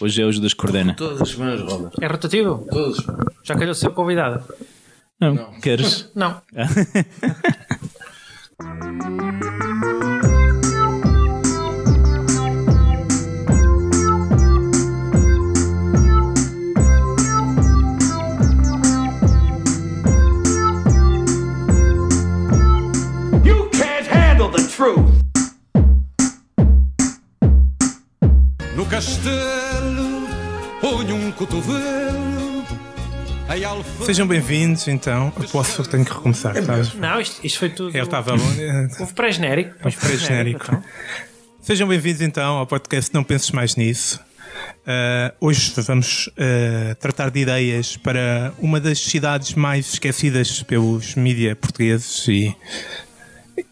Hoje é hoje das coordena. Todas as semanas roda. É rotativo? Todas as semanas. Já calhou ser convidada? Não, queres? Não. You can't handle the truth. No castelo, ponho um cotovelo. Em alfa... Sejam bem-vindos, então. Eu posso, tenho que recomeçar, sabes? Não, isto, isto foi tudo. Ele estava bom. Houve pré-genérico. mas pré-genérico. então. Sejam bem-vindos, então, ao podcast Não Penses Mais Nisso. Ah, hoje vamos ah, tratar de ideias para uma das cidades mais esquecidas pelos mídia portugueses e,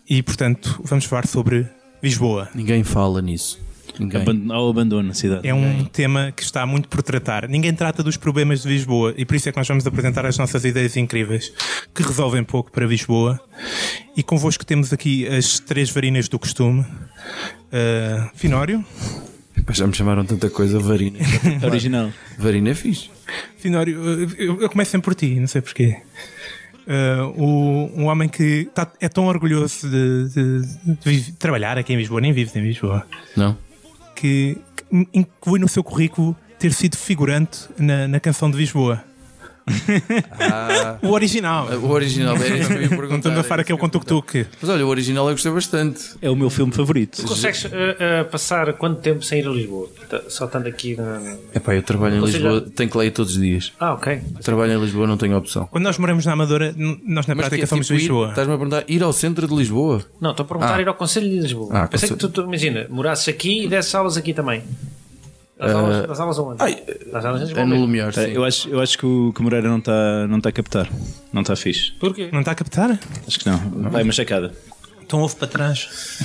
e, portanto, vamos falar sobre Lisboa. Ninguém fala nisso. Ninguém. Aban- Ao abandono a cidade. É um tema que está muito por tratar. Ninguém trata dos problemas de Lisboa e por isso é que nós vamos apresentar as nossas ideias incríveis que resolvem pouco para Lisboa. E convosco temos aqui as três varinas do costume. Uh, Finório. Pá, já me chamaram tanta coisa, Varina. Original. Varina é fixe. Finório, uh, eu, eu começo sempre por ti, não sei porquê. Uh, o- um homem que tá- é tão orgulhoso de, de- de vive- trabalhar aqui em Lisboa, nem vives em Lisboa, Não? que, que inclui no seu currículo ter sido figurante na, na canção de Lisboa. o original. O original era isso que eu Ah. ia perguntar. Não estamos Era isso a falar é aquele com eu ia perguntar. tuk-tuk. Mas olha, o original eu gostei bastante. É o meu filme favorito. Tu consegues ah, ah, passar quanto tempo sem ir a Lisboa? Tá- Só estando aqui na. Epá, eu trabalho em Ou seja- Lisboa, tenho que lá ir todos os dias. Ah, ok. Trabalho em Lisboa, não tenho opção. Quando nós moramos na Amadora, n- nós na prática que é somos tipo ir- de Lisboa. Estás-me a perguntar, ir ao centro de Lisboa? Não, estou a perguntar Ah. ir ao Conselho de Lisboa. Ah, Pensei que tu, Conselho. tu, imagina, morasses aqui e desses aulas aqui também. Das aulas, das aulas aonde? Eh, ai, das aulas em Lisboa. É no mesmo. Lumiar, Tá, sim. Eu acho, eu acho que o que o Moreira não está não tá a captar. Não está fixe. Porquê? Não está a captar? Acho que não. Vai uma chacada. Então ouve para trás.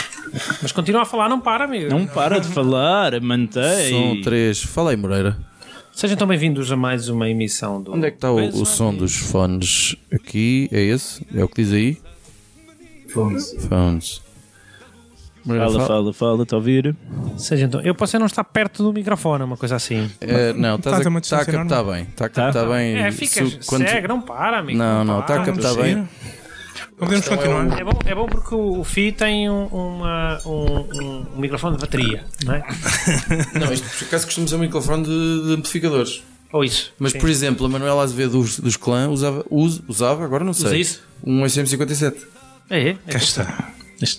Mas continua a falar, não para, amigo. Não para de falar, Som mantém. 3. Fala aí, Moreira. Sejam tão bem-vindos a mais uma emissão do. Onde é que está o, o som dos fones? Aqui, é esse? É o que diz aí? Fones. Fones. Moreira, tá. Fala, fala- fala, fala, está a ouvir. Sejam tão... Eu posso é não estar perto do microfone, uma coisa assim. É, não, estás Estás a, a uma tá a distância captar bem. Está a Tá? captar bem. É, fica Se- quando- cego, não para, amigo. Não, não, tá está para. a captar bem. Podemos Então continuar. É bom, é bom porque o, o Fi tem um, uma- um- um- um microfone de bateria, não é? Não, isto por acaso costuma ser um microfone de, de amplificadores. Ou isso. Mas, Sim. por exemplo, a Manuela Azevedo dos, dos Clã usava, us- usava, agora não sei. Usa isso? Um SM57. É, é. Cá está.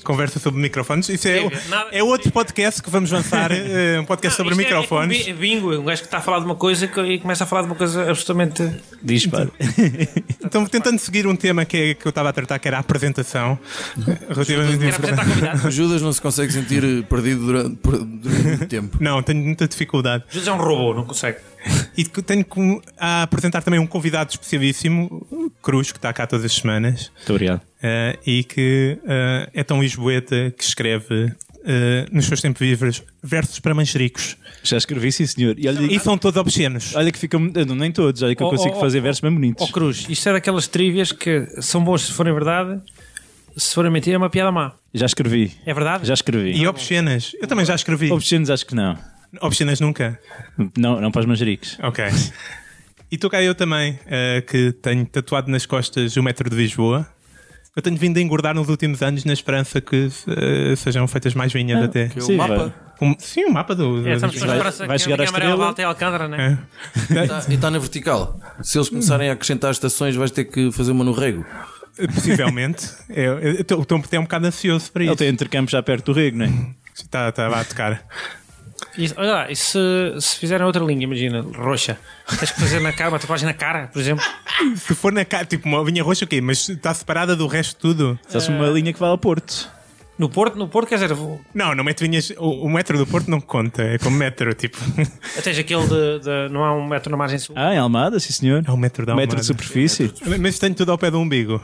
Conversa sobre microfones. Isso é, Incrível. Nada- é outro podcast que vamos lançar. eh, um Não, podcast sobre isto é- É, microfones. como bi- bingo, um gajo que está a falar de uma coisa e co- e começa a falar de uma coisa absolutamente. Dispara. Então, tentando seguir um tema que, é- que eu estava a tratar, que era a apresentação. eh, Relativamente Era apresentar convidados. O Judas não se consegue sentir eh, perdido durante, per- durante muito tempo. Não, tenho muita dificuldade. José é um robô, não consegue. E que tenho que- a apresentar também um convidado especialíssimo, o Cruz, que está cá todas as semanas. Muito obrigado. eh, e que eh, é tão lisboeta que escreve eh, nos seus tempos livres versos para manchericos. Já escrevi, sim, senhor. E olha, E são todos obscenos. olha que fica. eu não- Nem todos, olha que eu Oh, consigo oh, oh. fazer versos bem bonitos. Ó Cruz, isto é daquelas trivias que são boas se forem verdade, se forem mentira é uma piada má. Já escrevi. É verdade? Já escrevi. E obscenas. Eu também já escrevi. Obscenos, acho que não. Obscenas nunca. Não, não para os manjericos. Ok. E tu cá eu também, eh, que tenho tatuado nas costas o metro de Lisboa. Eu tenho vindo a engordar nos últimos anos na esperança que eh, sejam feitas mais vinhas até. É o Sim, mapa. vai. Um- sim, o mapa do. Ah, É, do- estamos com Vai- esperança vai que chegar a à Amarela estrela. vá até Alcântara, não é? É. Tá- e está na vertical. Se eles começarem a acrescentar estações, vais ter que fazer uma no rego. Eh, Possivelmente. Eu- eu Estou estou até um bocado ansioso para Ele isso. tem intercâmbio já perto do rego, não é? Está está lá a tocar. E, olha lá, e se, se fizerem outra linha, imagina, roxa, tens que fazer na cara, uma tatuagem na cara, por exemplo. Se for na cara, tipo uma vinha roxa, o quê? Mas está separada do resto de tudo? Estás uma linha que vai ao Porto. No Porto, no Porto, quer dizer, vou- Não, não mete vinhas. O, o metro do Porto não conta. É como metro, tipo. tens aquele de, de- Não há um metro na margem sul. Ah, em Almada, sim, senhor. É um metro da Almada. Metro de superfície. Mas tenho tudo ao pé do umbigo.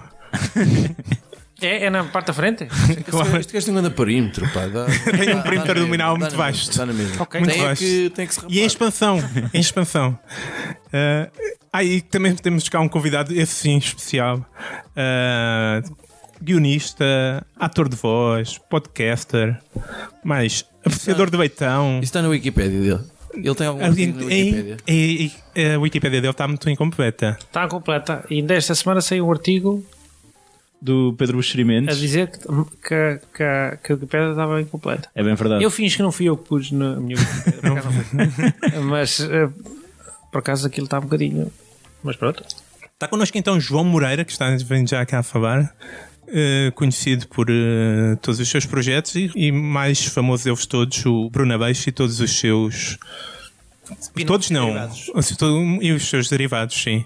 É, é na parte da frente? Este- Este gajo tem um grande perímetro, pá. Dá, Tem um dá- perímetro dá na mesma, abdominal muito dá na vasto. mesma, Dá na mesma. Ok. Muito Tem é vasto. que, tem que se E em rapar. expansão. em expansão. Ah, ah, e também temos cá um convidado, esse sim, especial. Ah, guionista, ator de voz, podcaster, mais apreciador de beitão. Isso está na Wikipédia dele. Ele tem algum Alguém- artigo na em- Wikipédia. em- em- a Wikipédia dele está muito incompleta. Está completa. E ainda esta semana saiu um artigo Do Pedro Buxeri a Mendes. dizer que, que, que, a- que a Wikipédia estava incompleta. É bem verdade. Eu finjo que não fui eu que pus na minha Wikipédia, por acaso não fui. Mas eh, por acaso aquilo está um bocadinho. Mas pronto. Está connosco então João Moreira, que está, vem já cá a falar, eh, conhecido por eh, todos os seus projetos e, e mais famoso deles todos, o Bruno Abaixo e todos os seus. todos não. Assim, todo- E os seus derivados, sim.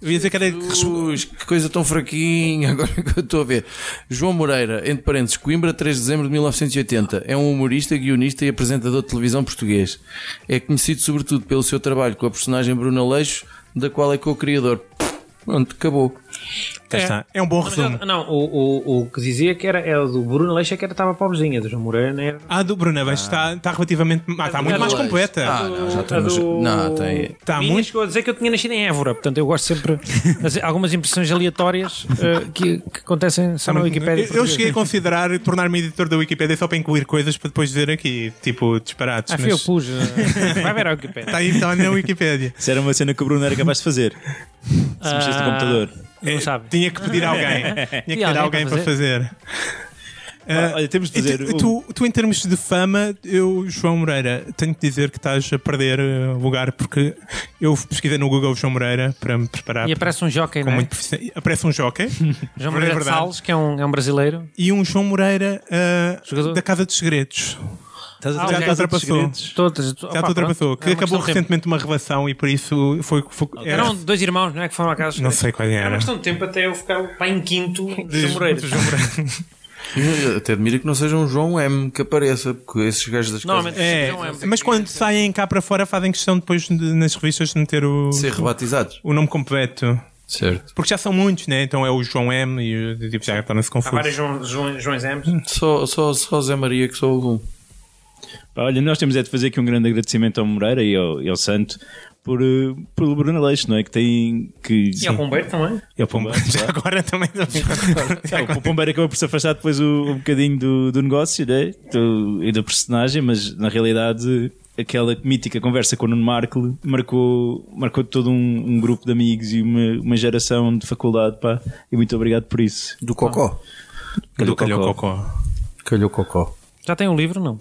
Eu ia dizer que era. Jesus, que coisa tão fraquinha, agora que eu estou a ver. João Moreira, entre parênteses, Coimbra, 3 de dezembro de 1980. É um humorista, guionista e apresentador de televisão português. É conhecido sobretudo pelo seu trabalho com a personagem Bruna Leixo, da qual é co-criador. Pronto, acabou. Cá está. É um bom Mas resumo. ele- não, o, o, o que dizia que era, era do Bruno Leixa que era estava pobrezinha, do João Moreira não era. A Ah, do Bruno Abaixo está, está relativamente. ah, Está muito Bruna mais Leixo. completa. Ah, não, já A tem umas- do- Não, tem. Está A minha Tá muito. chegou a dizer que eu tinha nascido em Évora, portanto eu gosto sempre de algumas impressões aleatórias eh, que, que acontecem só na Wikipédia. Eu, eu cheguei a considerar tornar-me editor da Wikipédia só para incluir coisas para depois ver aqui, tipo disparates. Ah, fui eu que mas pus. eh, Vai ver a Wikipédia. está aí está na Wikipédia. Isso era uma cena que o Bruno era capaz de fazer. Se mexesse no Ah. computador. Não sabe. Eh, Tinha que pedir a alguém. Tinha que pedir a alguém para fazer. Ah, olha, temos de E fazer. tu, o- tu- tu, em termos de fama, eu, João Moreira, tenho que dizer que estás a perder eh, lugar porque eu pesquisei no Google João Moreira para me preparar. E aparece um jockey, com não é? muito profici- Aparece um jockey João é Moreira de verdade. Salles, que é um, é um brasileiro. e um João Moreira eh, Jogador. da Casa dos Segredos. Estás a Ah, ter ok. a casa dos Ultrapassou. segredos. Todos, Já te É ultrapassou, que acabou recentemente uma relação e por isso foi. foi era- Eram dois irmãos, não é? Que foram à casa. não sei qual Era uma era. questão de tempo até eu ficar pá em quinto de João Moreira. Eu Até admiro que não seja um João M que apareça, porque esses gajos das casas Normalmente É, não é- mas quando saem cá para fora fazem questão depois de- nas revistas de meter o, de ser rebatizados. o nome completo. Certo. Porque já são mutos, né? Então é o João M e o- tipo, já torna-se Há confuso. vários João, João, Joões Ames. Só, só, só Zé Maria que sou algum. Pá, olha, nós temos é de fazer aqui um grande agradecimento ao Moreira e ao, e ao Santo por, eh, pelo Bruno Leixo, não é? Que tem. Que, E ao Bombeiro também. E ao Pomba. Já agora também. É, o Pombeiro acabou por se afastar depois o- um bocadinho do, do negócio né? do, e da personagem, mas na realidade aquela mítica conversa com o Nuno Markle marcou, marcou todo um, um grupo de amigos e uma, uma geração de faculdade, pá, e muito obrigado por isso. Do Cocó. Calhou Calhou Cocó. Cocó. Calhou Cocó. Já tem um livro, não?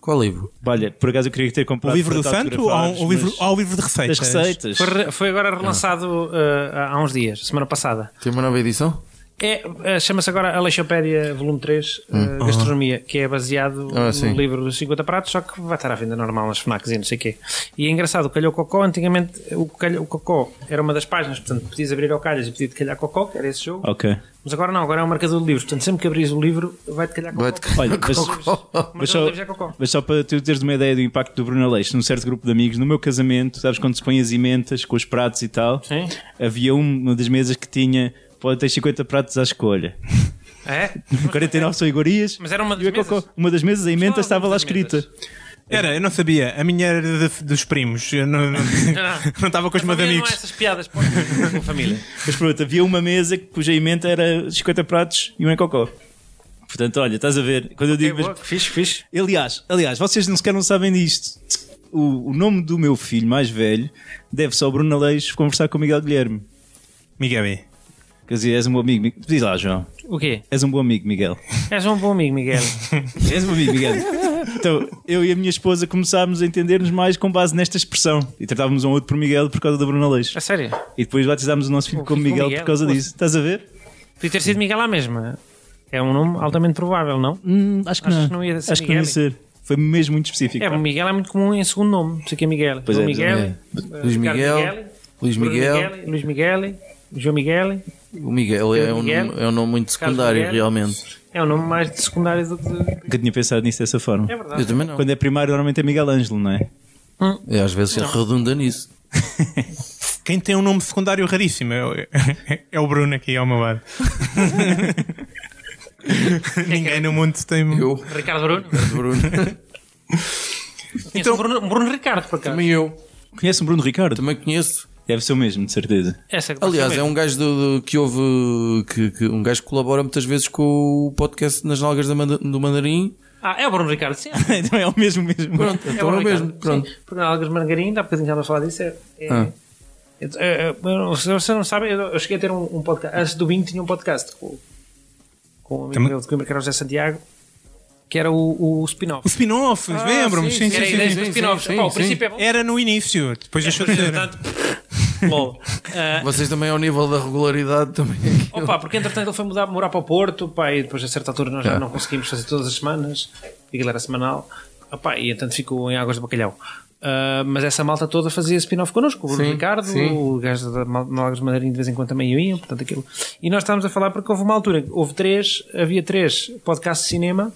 Qual livro? Pá, Olha, por acaso eu queria ter O comprado livro do para te Santo ou autografares, o livro, mas- ou o livro de das receitas? receitas. Foi, re- foi agora relançado eh, há uns dias, semana passada. Tem uma nova edição? É, eh, Chama-se agora Aleixopédia Volume 3, eh, Gastronomia, que é baseado Hum. Ah, sim. no livro dos 50 pratos, só que vai estar à venda normal nas FNACs e não sei o quê. E é engraçado, o Calhau Cocó, antigamente o Calhau Cocó era uma das páginas, portanto podias abrir ao Calhas e pedir de Calhau Cocó, que era esse Ah. jogo. Ok. Mas agora não, agora é um marcador de livros, portanto sempre que abris o livro vai-te Calhau Cocó. Vai-te Olha, mas, Cocó. mas Mas só, ele é já cocó. mas só para tu teres uma ideia do impacto do Bruno Aleixo num certo grupo de amigos, no meu casamento, sabes quando se põe as imentas com os pratos e tal? Sim. Havia um, uma das mesas que tinha, pode ter 50 pratos à escolha. É? 49 são iguarias. Mas era uma das e o mesas? cocó. Uma das mesas, a emenda algumas estava lá das escrita. mesas. Era, eu não sabia. A minha era de- dos primos. Eu não, não, não estava com os A meus família Não amigos. é há essas piadas, pô, com a família. Mas pronto, havia uma mesa que cuja emenda era 50 pratos e um em cocó. Portanto, olha, estás a ver, quando eu É digo, mas boa, fixe, fixe. Aliás, aliás, vocês não sequer não sabem disto. O, o nome do meu filho mais velho deve-se ao Bruno Aleixo conversar com o Miguel Guilherme. assim. Miguel B. Quer dizer, és um bom amigo. Mi- Diz lá, João. O quê? És um bom amigo, Miguel. És um bom amigo, Miguel. És um bom amigo, Miguel. Então, eu e a minha esposa começámos a entender-nos mais com base nesta expressão. E tratávamos um outro por Miguel por causa do Bruno Aleixo. A sério? E depois batizámos o nosso filho Oh, como filho Miguel por Miguel, causa poxa. disso. Estás a ver? Podia ter sido Miguel à mesma. É um nome altamente provável, não? Hum, acho que Achas não. que não ia ser acho que não ia Miguel? ser. Foi mesmo muito específico. É, o Miguel é muito comum em segundo nome. Não sei que é Miguel. Pois João é, é. Miguel, eh, Luís Ricardo Miguel, Luís Bruno Miguel. Luís Miguel, João Miguel. O Miguel é um, Miguel. nome- é um nome muito Carlos secundário, Miguel. realmente. É um nome mais de secundário do que de... Nunca tinha pensado nisso dessa forma. É Eu verdade. também não. Quando é primário, normalmente é Miguel Ângelo, não é? É, às vezes ele redunda nisso. Quem tem um nome secundário raríssimo é, o- é o Bruno aqui ao meu lado. Ninguém no mundo tem. Eu, Ricardo Bruno. Bruno. Então, Bruno, Bruno Ricardo, por acaso. também eu. Conhece o Bruno Ricardo? Também conheço. Deve ser o mesmo, de certeza. Essa que Aliás, passa é um gajo do- do- que houve. Que, que- um gajo que colabora muitas vezes com o podcast nas nalgas da Manda- do Mandarim. Ah, é o Bruno Ricardo, sim. É então é o mesmo, mesmo. Pronto, então é o mesmo. Ricardo, Pronto. Sim, porque na Algas Margarida, há bocadinho já vamos falar disso, é. é- Ah. é- é- é- eu não- se você não sabe, eu, eu cheguei a ter um, um podcast. Antes do Binho tinha um podcast com, com um amigo Também- meu de Coimbra, que era o José Santiago, que era o, o O spin-off. spin-off, Ah, lembro-me. sim, Sim, Era a sim, ideia sim. dos sim, spin-offs. sim, Pá, o sim. princípio é bom. Era no início, depois deixou de ser. Portanto, lol. Ah, Vocês também, ao nível da regularidade, também. Opa, porque entretanto ele foi mudar, morar para o Porto, pá, e depois a certa altura nós já É. não conseguimos fazer todas as semanas, e aquilo era semanal, Opa, e entretanto ficou em Águas de Bacalhau. Ah, mas essa malta toda fazia spin-off connosco, o Bruno Sim, Ricardo, sim. o gajo da Mal- Malagos Madeirinho de vez em quando também ia, portanto aquilo. E nós estávamos a falar porque houve uma altura, em que houve três, havia três podcasts de cinema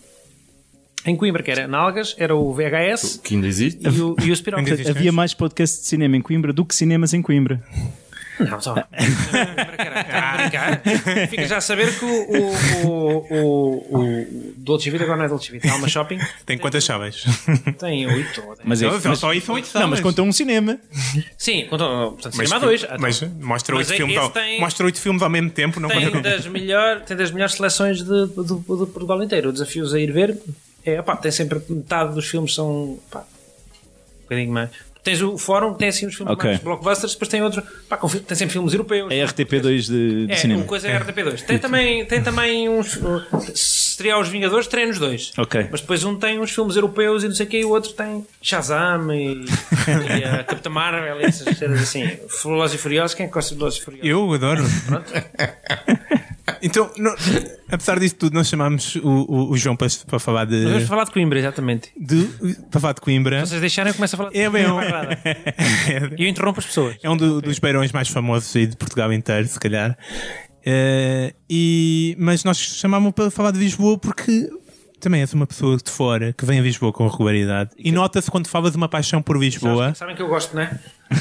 em Coimbra, que era Nalgas, era o VHS Que ainda existe. e o, e o spin-off. Ainda existe. Havia mais podcasts de cinema em Coimbra do que cinemas em Coimbra. Não, só. Brincar. Fica já a saber que o, o, o, o, o Dolce Vita agora não é Dolce Vita, é Alma Shopping. Tem quantas chaves? Tem oito. ou dez. Mas, é, Não, mas, então só aí são oito não, mas salas. conta um cinema. Sim, contou, portanto, Mas cinema que- 2. Mas mostra Mas oito é- filmes esse ao- tem- mostra oito filmes ao mesmo tempo, não conta Tem como. das, melhor, tem das melhores seleções de, do, do, do Portugal inteiro. O desafio a ir ver é, opá, tem sempre metade dos filmes são opá, um bocadinho mais. Tens o fórum, tem assim uns filmes Ok. mais blockbusters, depois tem outro, pá, com, fi- tem sempre filmes europeus. É RTP2 de, de É, cinema. uma coisa é RTP2. Tem também, tem também uns. Se estrear os Vingadores, treina os dois. Ok. Mas depois um tem uns filmes europeus e não sei o quê, e o outro tem Shazam e, e a Capitã Marvel e essas coisas assim. Veloz e Furioso, quem é que gosta de Veloz e Furioso? Eu adoro. então, não- apesar disso tudo, nós chamámos o, o- o João para, para falar de, Vamos falar de Coimbra, exatamente. de- para falar de Coimbra. Vocês deixarem eu começo a falar de É bem, Coimbra, um- não faz nada. E eu interrompo as pessoas. É um do- dos beirões mais famosos aí de Portugal inteiro, se calhar. Eh, e, mas nós chamámos para falar de Lisboa porque também és uma pessoa de fora que vem a Lisboa com regularidade. E nota-se quando falas uma paixão por Lisboa. Sabem que eu gosto, não é?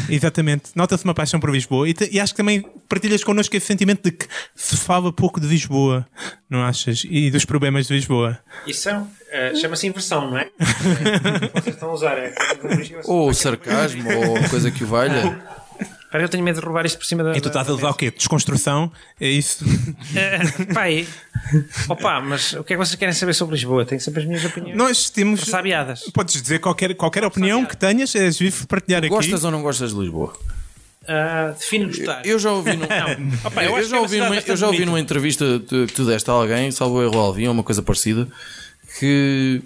Exatamente, nota-se uma paixão por Lisboa e, te- e acho que também partilhas connosco esse sentimento de que se fala pouco de Lisboa, não achas? E dos problemas de Lisboa. Isso são, eh, chama-se inversão, não é? Vocês estão a usar. É... Ou sarcasmo, ou coisa que o valha. Espera, eu tenho medo de roubar isto por cima da. E tu da- estás a levar o quê? Desconstrução? É isso? É, pá, aí. Opa, mas o que é que vocês querem saber sobre Lisboa? Tenho sempre as minhas opiniões. Nós temos. Sabiadas. Podes dizer qualquer, qualquer opinião que tenhas, és vivo partilhar aqui. Gostas ou não gostas de Lisboa? Ah, Define-nos votar. Eu já ouvi num. Opa, eu, eu acho que é já uma ouvi cidade numa, bastante eu já ouvi bonita. numa entrevista de- que tu deste a alguém, salvo erro Alvin, ou uma coisa parecida, que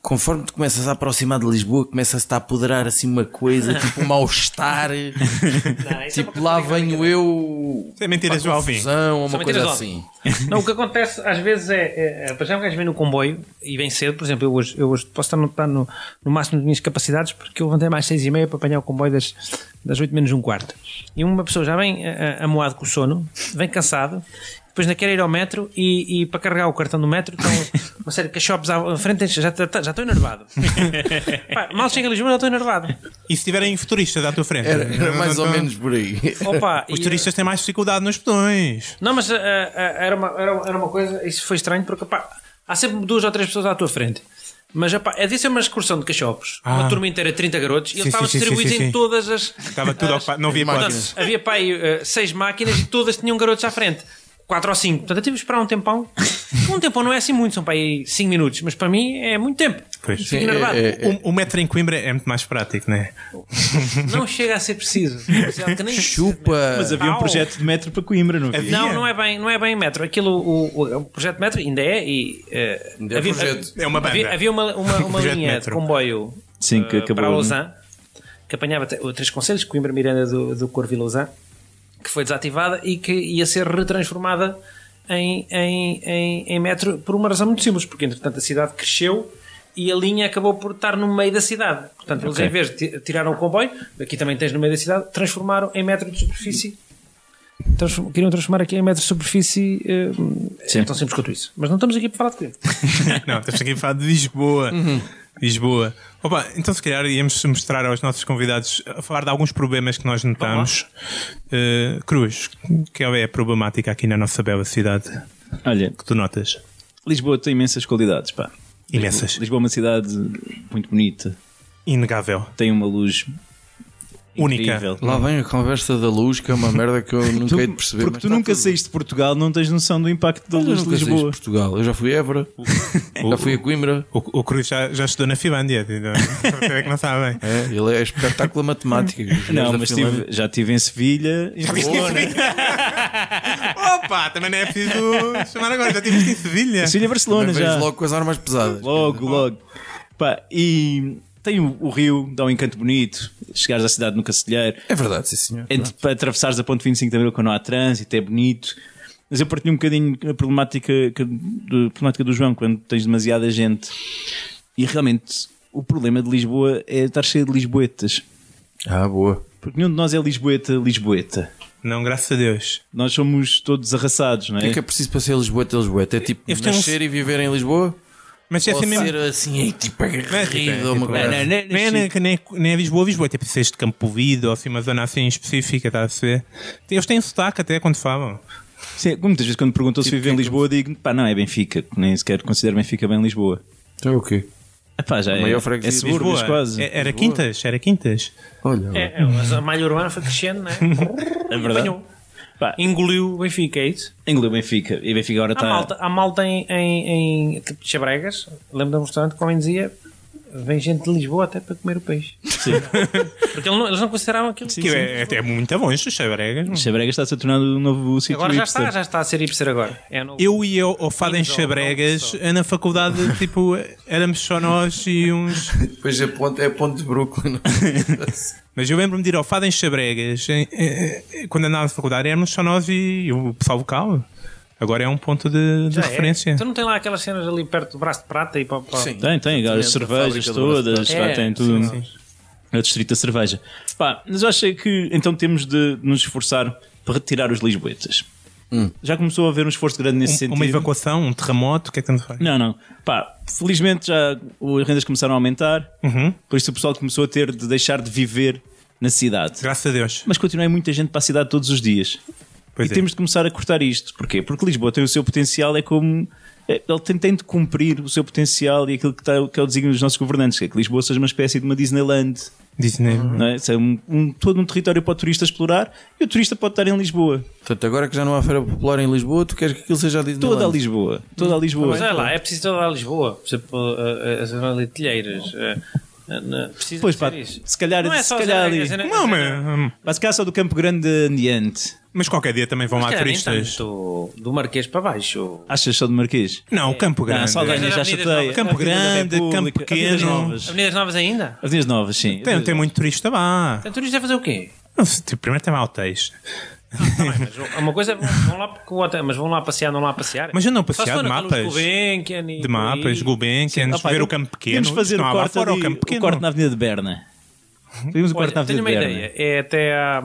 conforme tu começas a aproximar de Lisboa, começa-se a apoderar assim uma coisa, tipo um mal-estar, Não, isso é uma tipo lá coisa venho eu, É mentira, João Alvim. fusão, ou São uma mentiras coisa lá. assim. Não, o que acontece às vezes é. é, é já um gajo vem no comboio e vem cedo, por exemplo, eu hoje, eu hoje posso estar no, estar no, no máximo das minhas capacidades porque eu levantei mais seis e meia para apanhar o comboio das, das 8 menos um quarto. E uma pessoa já vem eh, eh, amoado com o sono, vem cansado. Depois ainda quer ir ao metro e, e para carregar o cartão do metro estão uma série de cachopes à frente, já, já, já estou enervado. Pá, mal chega a Lisboa, já estou enervado. E se tiverem futuristas à tua frente? Era, era mais ou Então, menos por aí. Opa, Os e- turistas têm mais dificuldade nos pedões. Não, mas ah, ah, era, uma, era, uma- era uma coisa, isso foi estranho porque pá, há sempre duas ou três pessoas à tua frente. Mas pá, é disso é uma excursão de cachopos. Uma Ah. turma inteira, 30 garotos, e eles Sim, estavam sim, sim, distribuídos sim, sim, em sim. todas as. Estava tudo ocupado, não havia Máquinas. quadros. Havia pá, aí, ah, seis máquinas e todas tinham garotos à frente. Quatro ou cinco. Portanto, eu tive que esperar um tempão. Um tempão não é assim muito, são para aí cinco minutos, mas para mim é muito tempo. Pois. Sim, enervado. é- é- O, o metro em Coimbra é muito mais prático, não é? Não chega a ser preciso. Marcelo, que nem- Chupa. Mas havia um Au. projeto de metro para Coimbra, não havia? Havia. Não, não é bem, não é bem metro. Aquilo, o, o- o projeto metro ainda é e eh, Ainda é havia, projeto. É uma banda. havia, havia uma, uma, uma Projeto linha de metro. comboio Sim, que eh, acabou, para né? Lausanne que apanhava te- três conselhos, Coimbra, Miranda do, do Corvo e Lausanne, que foi desativada e que ia ser retransformada em, em, em, em metro por uma razão muito simples, porque entretanto a cidade cresceu e a linha acabou por estar no meio da cidade. Portanto, eles em vez de ti- tiraram o comboio, aqui também tens no meio da cidade, transformaram em metro de superfície. Transform- queriam transformar aqui em metro de superfície. eh, é tão simples quanto isso. Mas não estamos aqui para falar de Coimbra. Não, estamos aqui a falar de Lisboa. Uhum. Lisboa. Opa, então se calhar íamos mostrar aos nossos convidados a falar de alguns problemas que nós notamos. Eh, Cruz, que é a problemática aqui na nossa bela cidade Olha, que tu notas? Lisboa tem imensas qualidades, pá. Imensas. Lisboa é uma cidade muito bonita, Inegável. tem uma luz única. Incrível. Lá vem a conversa da luz, que é uma merda que eu nunca hei de perceber. porque mas tu está nunca tudo saíste de Portugal, não tens noção do impacto da bem. Eu luz de nunca saí de Lisboa. Portugal. Eu já fui a Évora, já fui a Coimbra. O, o Cruz já, já estudou na Finlândia, é que não sabem. É, ele é espetáculo matemático. Os gajos Não, da mas Finlândia- tive- já estive em Sevilha, em Lisboa. né? Opa, também não é preciso chamar agora, já estiveste em Sevilha. Sevilha e Barcelona Mas né, já. vejo logo com as armas pesadas. Logo, logo. Pá, e tem o, o rio, dá um encanto bonito. Chegares à cidade no Cacilheiro, É verdade, sim senhor. entre, para atravessares a ponte 25 de Abril quando não há trânsito, é bonito. Mas eu partilho um bocadinho a problemática, que- de- problemática do João quando tens demasiada gente. E realmente o problema de Lisboa é estar cheio de Lisboetas. Ah, boa. Porque nenhum de nós é Lisboeta, Lisboeta. Não, graças a Deus. Nós somos todos arrasados, não O que é? é que é preciso para ser Lisboeta, Lisboeta? É tipo Este é um- nascer e viver em Lisboa? Mas é Ou assim mesmo. ser assim, é tipo agarrido a uma Não, coisa? assim? Nem, nem, nem, nem é Lisboa, Lisboa, tipo seis de Campo Vido, ou assim, uma zona assim específica, está a ser. Eles têm sotaque até quando falam. Sim, muitas vezes quando perguntam se Tipo, vive em quem- Lisboa, digo, pá, não, é Benfica. Nem sequer considero Benfica bem Lisboa. Então é o quê? Ah, pá, já é, maior é freguesia de subúrbios Lisboa, quase. é- era Quintas, era Quintas. Olha, É, é, mas a malha urbana foi crescendo, né? É verdade. Apanhou. Pá, Então é. Engoliu o Benfica, é isso? engoliu Benfica. E Benfica agora tá- Há Ah, malta, está. há malta em, em, em tipo, Chabregas, lembro de um restaurante que o homem dizia vem gente de Lisboa até para comer o peixe. Sim. Porque ele não- eles não consideravam aquilo. tipo assim, Que é, é, é muito longe, Xabregas. não. Xabregas está a ser tornado um novo sítio Agora já hipster. está, já está a ser hipster agora. É novo. Eu ia ao, ao Fado em Quintas ou- Xabregas ou- na faculdade, tipo, éramos só nós e uns. Depois é ponto, é ponto de Brooklyn. Mas eu lembro-me de ir ao Fado em Xabregas em- em- em- quando andava na faculdade, éramos só nós e o pessoal vocal. Agora é um ponto de, de Já é. referência. Tu não tem lá aquelas cenas ali perto do braço de prata e para. para- Tem, tem, agora as cervejas todas, É, pá, tem tudo. sim, É o distrito da cerveja. Pá, mas eu achei que então temos de nos esforçar para retirar os Lisboetas. Já começou a haver um esforço grande nesse Um- sentido. uma evacuação, um terremoto, o que é que estamos a falar? Não, não. Pá, felizmente já as rendas começaram a aumentar, Uhum. por isso o pessoal começou a ter de deixar de viver na cidade. Graças a Deus. Mas continua aí muita gente para a cidade todos os dias. Pois e é. temos de começar a cortar isto. Porquê? Porque Lisboa tem o seu potencial, é como. é, Ele tem, tem de cumprir o seu potencial e aquilo que, está, que é o desígnio dos nossos governantes, que é que Lisboa seja uma espécie de uma Disneyland, Disney. não é? Seja um, um- todo um território para o turista explorar e o turista pode estar em Lisboa, Portanto, agora que já não há feira popular em Lisboa, tu queres que aquilo seja a Disneyland? toda a Lisboa, toda a Lisboa. Mas olha lá, é preciso toda a Lisboa. Por exemplo, a- a- a zona ali de Telheiras. a- a- na- Precisa Pois de pá, ser isso. se calhar, Não é se só a calhar zona- ali. a zona- Não, a mas, zona- Mas cá só do Campo Grande adiante. mas qualquer dia também vão se lá calhar nem turistas. tanto do Marquês para baixo. Achas só de Marquês? Ah, Não, o Campo Grande. Não, Saldanha já Avenidas chateia. Novas. Campo Grande, Avenida da Campo República, Avenidas Pequeno. Novas. Avenidas Novas ainda? Avenidas Novas, sim. Tem, tem muito turista lá. Então, turista vai fazer o quê? Não sei, tipo, primeiro tem lá hotéis. Mas uma coisa é vão vão lá porque o hotel, mas vão lá passear, não lá passear. Mas eu não Só se passear for de naqueles mapas. Gulbenkian e De por aí. mapas, Gulbenkian, Ah, pá, ver eu- o Campo Pequeno. Podemos fazer Não, o há lá corte, fora ali, o Campo Pequeno. o corte na Avenida de Berna. Podemos o Olha, corte na tenho Avenida uma de Berna. ideia. É até a.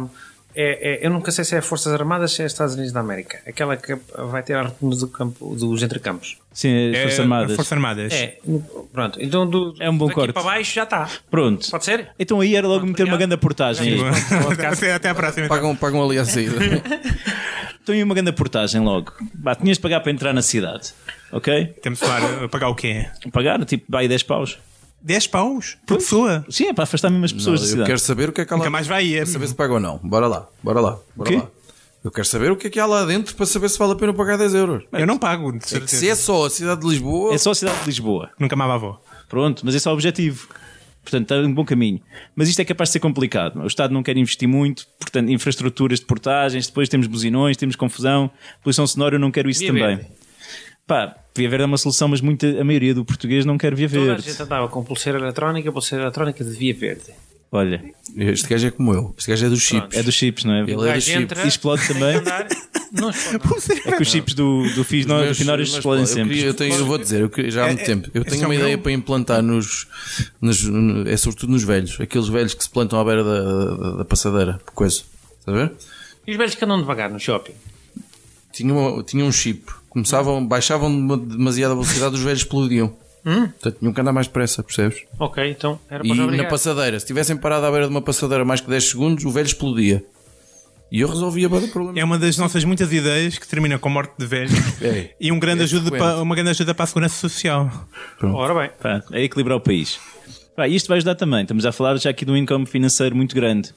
É, é- eu nunca sei se é Forças Armadas se é Estados Unidos da América. Aquela que vai ter arretornos do campo, dos entrecampos. Sim, as É, Forças Armadas. Forças Armadas. É, no- pronto. Então do, É um bom daqui corte. para baixo já está. Pronto. Pode ser? Então aí era logo meter uma obrigado. grande portagem. aí. até, até à próxima. então. Pagam, pagam ali à saída. Então aí uma grande portagem logo. Bah, tinhas de pagar para entrar na cidade. Ok? Temos que falar, uh, pagar o quê? Pagar, tipo, vai 10 paus. 10 paus por pessoa. Sim, é para afastar mesmo as pessoas da eu cidade. quero saber o que é que há lá. Nunca mais vai ir. Para saber se paga ou não. Bora lá, bora lá, bora O quê? lá. Eu quero saber o que é que há lá dentro para saber se vale a pena pagar 10 euros. Eu não pago, de É que certeza. se é só a cidade de Lisboa, É só a cidade de Lisboa. Nunca mais lá vou. Pronto, mas esse é o objetivo. Portanto, está em bom caminho. Mas isto é capaz de ser complicado. O Estado não quer investir muito, portanto, infraestruturas de portagens, depois temos buzinões, temos confusão, poluição sonora, eu não quero isso Via também. Verde. Pá, Via Verde é uma solução, mas muita, a maioria do português não quer Via Toda a Verde. gente andava com pulseira eletrónica, pulseira eletrónica de via verde. Olha, este gajo é como eu. Este gajo é dos chips. é dos chips, não é? Ele O é gajo dos chips. entra- E explode também. Andar, não explode, não. É que os chips do, do Fiz Os não, meus- afinal, meus- explodem eu sempre. queria- eu, tenho- eu vou dizer, eu queria- já há muito tempo. Eu esse tenho é uma o ideia meu. para implantar nos, nos- no- É sobretudo nos velhos. Aqueles velhos que se plantam à beira da, da, da passadeira. Coisa. Está a ver? E os velhos que andam devagar no shopping. Tinha, uma- tinha um chip. Começavam, baixavam de uma demasiada velocidade, os velhos explodiam. Hum? Portanto, tinham que andar mais depressa, percebes? É Ok, então era para E os na obrigar. passadeira, se tivessem parado à beira de uma passadeira mais que 10 segundos, o velho explodia. E eu resolvia bem o problema. É uma das nossas muitas ideias que termina com morte de velho É. e um grande É ajuda frequente. para, uma grande ajuda para a segurança social. Ora bem. Pá, é equilibrar o país. Pá, isto vai ajudar também. Estamos a falar já aqui de um income financeiro muito grande.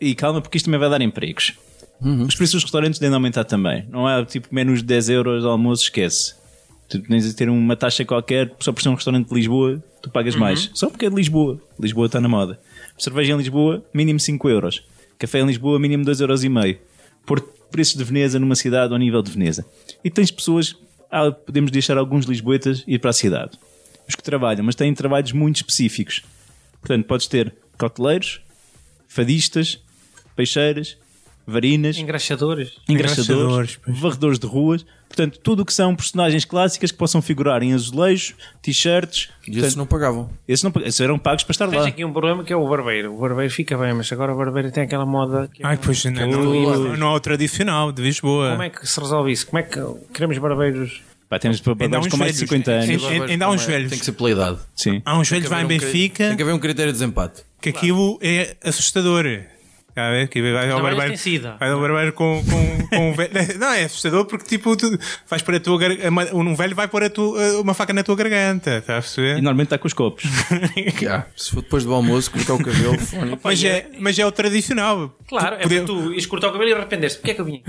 E calma, porque isto também vai dar empregos. Os preços dos restaurantes devem aumentar também. Não há tipo menos de 10 euros de almoço, esquece. Tu tens de ter uma taxa qualquer, só por ser um restaurante de Lisboa, tu pagas mais. Só porque é de Lisboa. Lisboa está na moda. Cerveja em Lisboa, mínimo 5 euros. Café em Lisboa, mínimo 2,5 euros. Por preços de Veneza numa cidade ao nível de Veneza. E tens pessoas, ah, podemos deixar alguns lisboetas ir para a cidade. Os que trabalham, mas têm trabalhos muito específicos. Portanto, podes ter coteleiros, fadistas, peixeiras, varinas, Engraxadores. engraxadores, Engraxadores, pois. varredores de ruas, portanto, tudo o que são personagens clássicas que possam figurar em azulejos, t-shirts. E esses portanto, não pagavam. Esses, não... esses eram pagos para estar Tens lá. aqui um problema que é o barbeiro. O barbeiro fica bem, mas agora o barbeiro tem aquela moda. Que é Ai, um- pois não, não, não é o tradicional de Lisboa. Como é que se resolve isso? Como é que queremos barbeiros? Pá, temos para um- Ainda há pagos uns com mais de velhos. 50 Sim, anos. sim. ainda há uns velhos. Tem que ser pela idade. Sim. Há uns Tem velhos que vai em haver um cri- Benfica Tem que haver um critério de desempate. que aquilo é assustador. Está a ver? Que vai ao Também barbeiro, tem sida. vai ao barbeiro com, com, com um velho. Não, é assustador porque tipo, tu vais pôr a tua gar... uma- um velho vai pôr a tua, uma faca na tua garganta. Está a E perceber? normalmente está com os copos. Já. Se for depois do almoço, cortar o cabelo, fone. Mas é, mas é o tradicional. Claro, é Poder- porque tu ias cortar o cabelo e arrependeste. Porquê é que eu vim?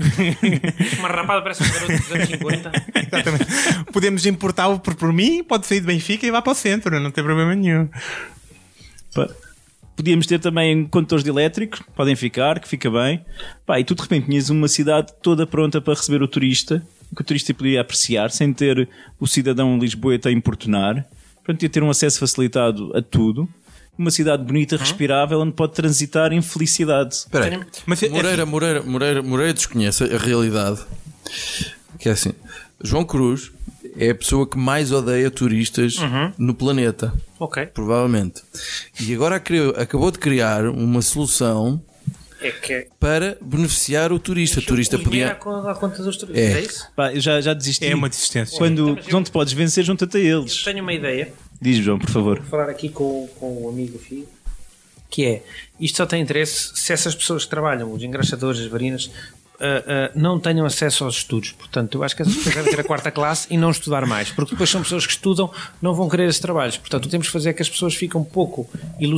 Uma rapada parece um garoto dos anos 50. Exatamente. Podemos importá-lo por, por mim, pode sair de Benfica e vai para o centro, não tem problema nenhum. Pá. Podíamos ter também condutores de elétrico, podem ficar, que fica bem. Pá, e tu de repente tinhas uma cidade toda pronta para receber o turista, que o turista podia apreciar, sem ter o cidadão lisboeta a importunar. Portanto, ia ter um acesso facilitado a tudo. Uma cidade Uhum. bonita, respirável, onde pode transitar em felicidade. Espera aí. Mas é- é- Moreira, Moreira, Moreira, Moreira desconhece a realidade. Que é assim: João Cruz é a pessoa que mais odeia turistas Uhum. no planeta, ok. provavelmente. E agora criou- acabou de criar uma solução É que para beneficiar o turista. O turista o dinheiro à podia. con- à conta dos turistas. É. É. isso? Pá, eu já, já desisti. É uma desistência. Quando não te podes vencer, junta-te a Eu eles. tenho uma ideia. Diz, João, por favor. Vou falar aqui com, com o amigo filho. Que é, isto só tem interesse se essas pessoas que trabalham, os engraxadores, as varinas, ah, ah, não tenham acesso aos estudos. Portanto, eu acho que essas pessoas devem ter a quarta classe e não estudar mais, porque depois são pessoas que estudam, não vão querer esses trabalhos. Portanto, o que temos que fazer é que as pessoas fiquem um pouco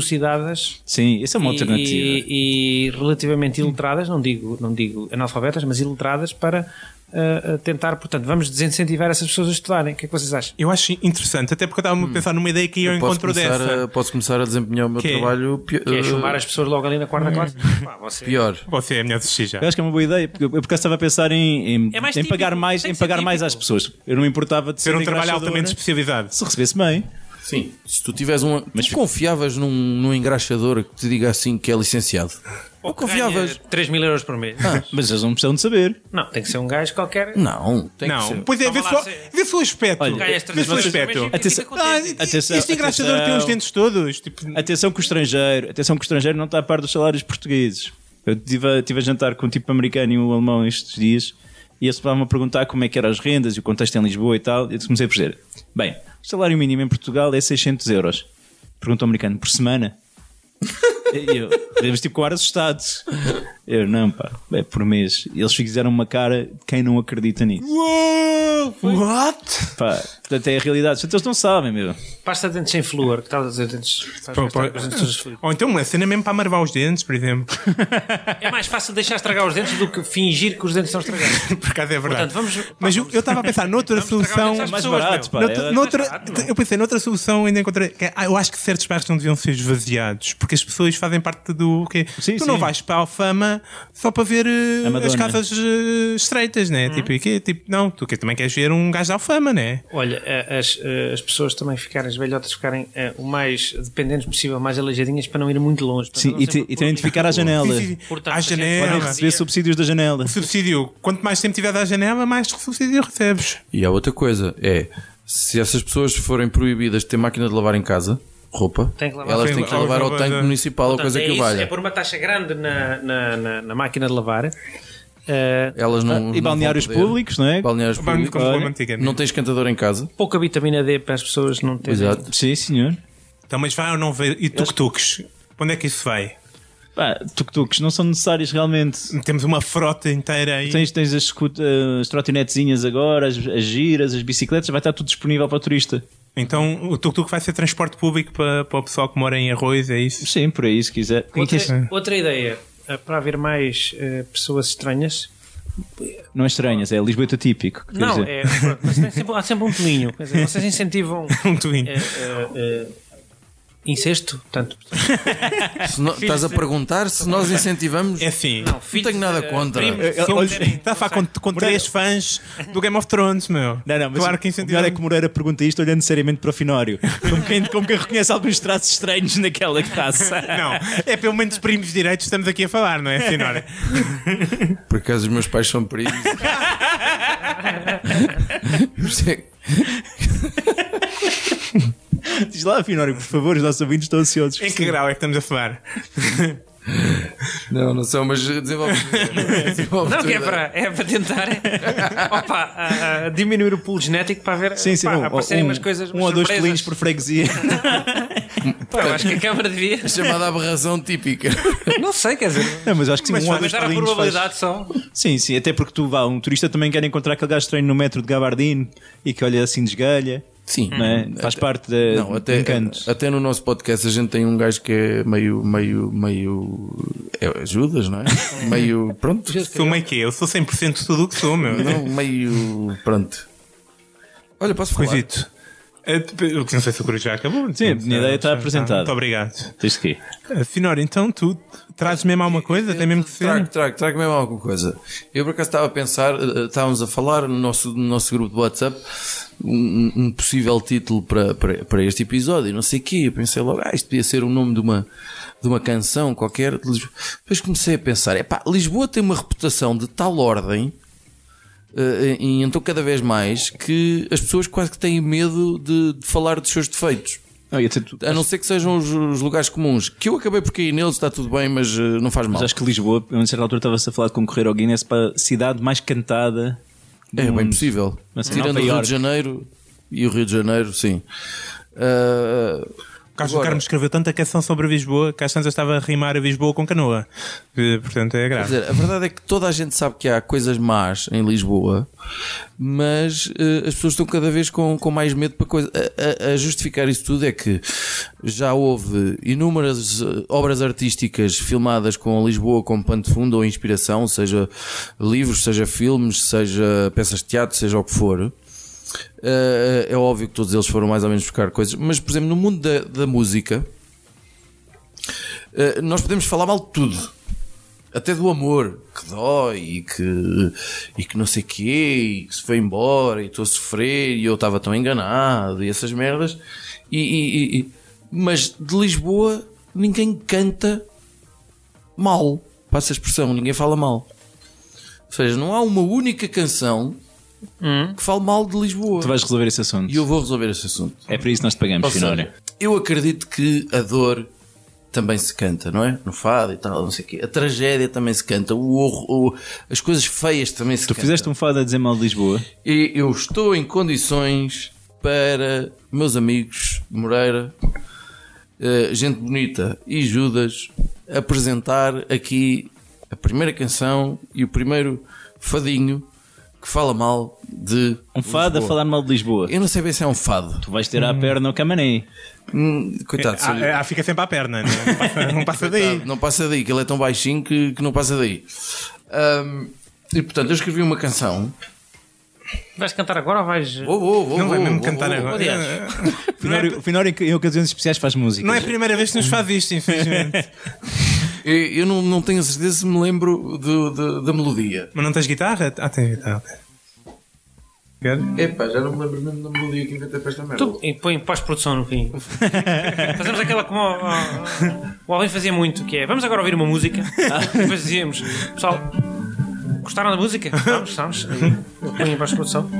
elucidadas Sim, essa é uma e, alternativa. E, e relativamente iletradas, não digo, não digo analfabetas, mas iletradas para ah, ah, tentar, portanto, vamos desincentivar essas pessoas a estudarem. O que é que vocês acham? Eu acho interessante, até porque eu Hum. estava a pensar numa ideia que ia ao Posso encontro começar, dessa. a, posso começar a desempenhar o meu Que é? trabalho pi- Que é eh, chumar as pessoas logo ali na quarta classe? Pá, você- pior. Você é melhor desistir já. Eu acho que é uma boa ideia, porque eu por acaso estava a pensar em, em, É mais em pagar, típico, mais, tem em que ser pagar mais às típico. pessoas. Eu não me importava de ser, Ser um trabalho engraxadora, altamente especializado. Se recebesse bem, Sim. Se tu tivesse um. Mas confiavas num, num engraxador que te diga assim que é licenciado. Ou confiavas. Ah. 3 mil euros por mês. mas eles não precisam de saber. Não, tem que ser um gajo qualquer. Não, tem que Não, ser. pois é, vê Vamos só, lá, se- vê só o aspecto. Olha, Ganhas vê três só o mil euros por mês aspecto. e é fica Atenção- Ah, contente. Atenção, Atenção, este engraxador atenção. tem é os dentes todos. Tipo, Atenção que o estrangeiro, atenção que o estrangeiro não está a par dos salários portugueses. Eu estive a, tive a jantar com um tipo americano e um alemão estes dias e eles estavam a perguntar como é que eram as rendas e o contexto em Lisboa e tal. E eu comecei por dizer: Bem, o salário mínimo em Portugal é 600 euros. Pergunta ao americano: Por semana? E eu, eles tipo com ar assustado. Eu, não, pá, é por mês. E eles fizeram uma cara de quem não acredita nisso. what? Pá, portanto, é a realidade. Portanto, eles não sabem, meu. Pasta de dentes sem flúor, que estavas a dizer dentes. faz Pô, pô. gastar com os dentes de flúor. Ou então uma cena mesmo para marvar os dentes, por exemplo. É mais fácil deixar estragar os dentes do que fingir que os dentes estão estragados. Por acaso é Portanto, verdade. vamos- pá, Mas eu- vamos- eu estava a pensar noutra Vamos estragar solução. os dentes às Mais pessoas, barato, meu. pá. Noutra- é- noutra- barato, não é? eu pensei noutra solução ainda encontrei. que é, ah, Eu acho que certos bairros não deviam ser esvaziados porque as pessoas fazem parte do quê? Sim, tu não sim. vais para a Alfama só para ver eh, A Madonna. as casas eh, estreitas, né? Uhum. Tipo, e quê? tipo, não, tu que também queres ver um gajo da Alfama, né? Olha, eh, as, eh, as pessoas também ficarem, as velhotas ficarem eh, o mais dependentes possível, mais aleijadinhas para não ir muito longe. Portanto, Sim, não e, sempre te, e pôr terem de ficar à janela. Sim, sim, sim. Portanto, à a gente Podem fala- janela. receber subsídios da janela. Subsídio. Quanto mais tempo tiver da janela, mais subsídio recebes. E há outra coisa, é se essas pessoas forem proibidas de ter máquina de lavar em casa, roupa, Tem que lavar. elas Sim, têm que ao- lavar ao- ao tanque ao- municipal ou Portanto, coisa é que o isso, valha. É por uma taxa grande na, na, na, na máquina de lavar. eh, Elas não, Ah, E não balneários vão poder. públicos, não é? Balneários Banco públicos. como olha, como antigamente. Não tem esquentador em casa. pouca vitamina D para as pessoas não terem. Exato. Sim, senhor. Então, mas vai ou não vai? E tuk-tuks? Para Onde é que isso vai? Pá, tuk-tuks não são necessários realmente. Temos uma frota inteira aí. Tens, tens as, scoot- eh, as trotinetezinhas agora, as, as giras, as bicicletas, vai estar tudo disponível para o turista. Então o tuk-tuk vai ser transporte público para, para o pessoal que mora em Arroz, é isso? Sim, por aí, se quiser. que Outra, isso- outra ideia, eh, para haver mais eh, pessoas estranhas. Não é estranhas, é Lisboeta típico. quer não, dizer. é, mas tem sempre- há sempre um telinho. Quer dizer, vocês incentivam Um twin. eh, eh, eh, incesto? Portanto, É. Se no- estás a perguntar se nós incentivamos. É assim. não, filhos, tenho nada eh, contra. primos, Eu- Se eu Olha- quiserem- Está a falar com, com três fãs do Game of Thrones, meu. Não, não, mas claro o melhor que incentivamos. é que Moreira pergunta isto olhando seriamente para o Finório. Como quem, como quem reconhece alguns traços estranhos naquela raça. Não, é pelo menos primos direitos que estamos aqui a falar, não é, senhora? Por acaso os meus pais são primos. Por isso é que- Diz lá, Finório, por favor, os nossos ouvintes estão ansiosos. em que grau é que estamos a falar? não, não são, mas desenvolve. desenvolve Não, que é tudo. para, é para tentar eh, opa, a- a diminuir o pulo genético para ver Sim, sim, pá, um, aparecerem um- umas coisas. um ou dois surpresas. pelinhos por freguesia. Pá, eu acho que a Câmara devia. Chamada aberração típica. Não sei, quer dizer. Não, mas acho que sim, Mas um ou dois aumentar a pelinhos faz- probabilidade só. Sim, sim, até porque tu vá, um turista também quer encontrar aquele gajo estranho no metro de Gabardino e que olha assim de esgalha. Sim. não é? Hum. Faz parte da, Hum. Não, até, encantos. até no nosso podcast a gente tem um gajo que é meio, meio, meio. É Judas, não é? meio. Pronto. Sou meio que eu, sou 100% tudo o que sou, meu. Não, meio. Pronto. Olha, posso falar? Coisito. Eh, Eu que não sei se o Cruz já acabou. Sim, a portanto, minha ideia está já apresentada. Muito obrigado. Tens de quê? Eh, Finora, então tu trazes mesmo alguma coisa? Tem mesmo que Trago, ser? trago, trago mesmo alguma coisa. Eu por acaso estava a pensar, eh, estávamos a falar no nosso, no nosso grupo de WhatsApp um, um possível título para, para, para este episódio, não sei o quê. Eu pensei logo, ah, isto podia ser o nome de uma, de uma canção qualquer. de Lisboa. Depois comecei a pensar, epá, Lisboa tem uma reputação de tal ordem. eh, e então cada vez mais que as pessoas quase que têm medo de, de falar dos seus defeitos. Não, ia dizer tu- A não ser que sejam os, os lugares comuns. Que eu acabei por cair neles, está tudo bem, mas eh, não faz mal. Mas acho que Lisboa, a uma certa altura, estava-se a falar de concorrer ao Guinness para a cidade mais cantada. do É bem mundo. possível. Mas em Tirando Nova o Rio Iorque. de Janeiro e o Rio de Janeiro, sim. Ah, Carlos do Agora. Carmo escreveu tanta canção sobre Lisboa que às tantas estava a rimar a Lisboa com canoa. Eh, Portanto, é quer grave. dizer, a verdade é que toda a gente sabe que há coisas más em Lisboa, mas eh, as pessoas estão cada vez com, com mais medo para coisa. A, a- a justificar isso tudo é que já houve inúmeras eh, obras artísticas filmadas com Lisboa como pano de fundo ou inspiração, seja livros, seja filmes, seja peças de teatro, seja o que for. Uh, é óbvio que todos eles foram mais ou menos buscar coisas, mas por exemplo, no mundo da, da música, uh, nós podemos falar mal de tudo. Até do amor, que dói e que, e que não sei quê, e que se foi embora, e estou a sofrer, e eu estava tão enganado, e essas merdas. E- e- e- e- mas de Lisboa, ninguém canta mal. Passa a expressão, ninguém fala mal. Ou seja, não há uma única canção que fale mal de Lisboa. Tu vais resolver esse assunto. E eu vou resolver esse assunto. É para isso que nós te pagamos, Ou seja, Finório. eu acredito que a dor também se canta, não é? No fado e tal, não sei o quê. A tragédia também se canta, o horror, o- as coisas feias também se Tu canta. fizeste um fado a dizer mal de Lisboa. E eu estou em condições para meus amigos Moreira, eh, gente bonita e Judas apresentar aqui a primeira canção e o primeiro fadinho que fala mal de Um fado a Lisboa. falar mal de Lisboa. Eu não sei bem se é um fado. Tu vais ter à perna o Camané. Hum, É, Coitado, se- Ah, ah, fica sempre à perna, não passa, não passa daí. Não passa daí, que ele é tão baixinho que, que não passa daí. Ahm, e portanto, eu escrevi uma canção. Vais cantar agora ou vais. Vou, vou, vou, Não vai vou, mesmo vou, cantar vou. agora. é Aliás. é Finório, Finório, em ocasiões especiais, faz música. Não é a primeira vez que nos faz isto, infelizmente. Eu, eu não, não tenho a certeza se me lembro do- do- da melodia. Mas não tens guitarra? Ah, tens guitarra. Quer? Epá, já não me lembro mesmo da melodia que inventei para esta merda. Então, Tu e põe pós-produção no fim. Fazemos aquela como o, o- o Alvin fazia muito, que é vamos agora ouvir uma música. Ah. E depois dizíamos, pessoal, gostaram da música? Vamos, vamos. E Põe em pós-produção.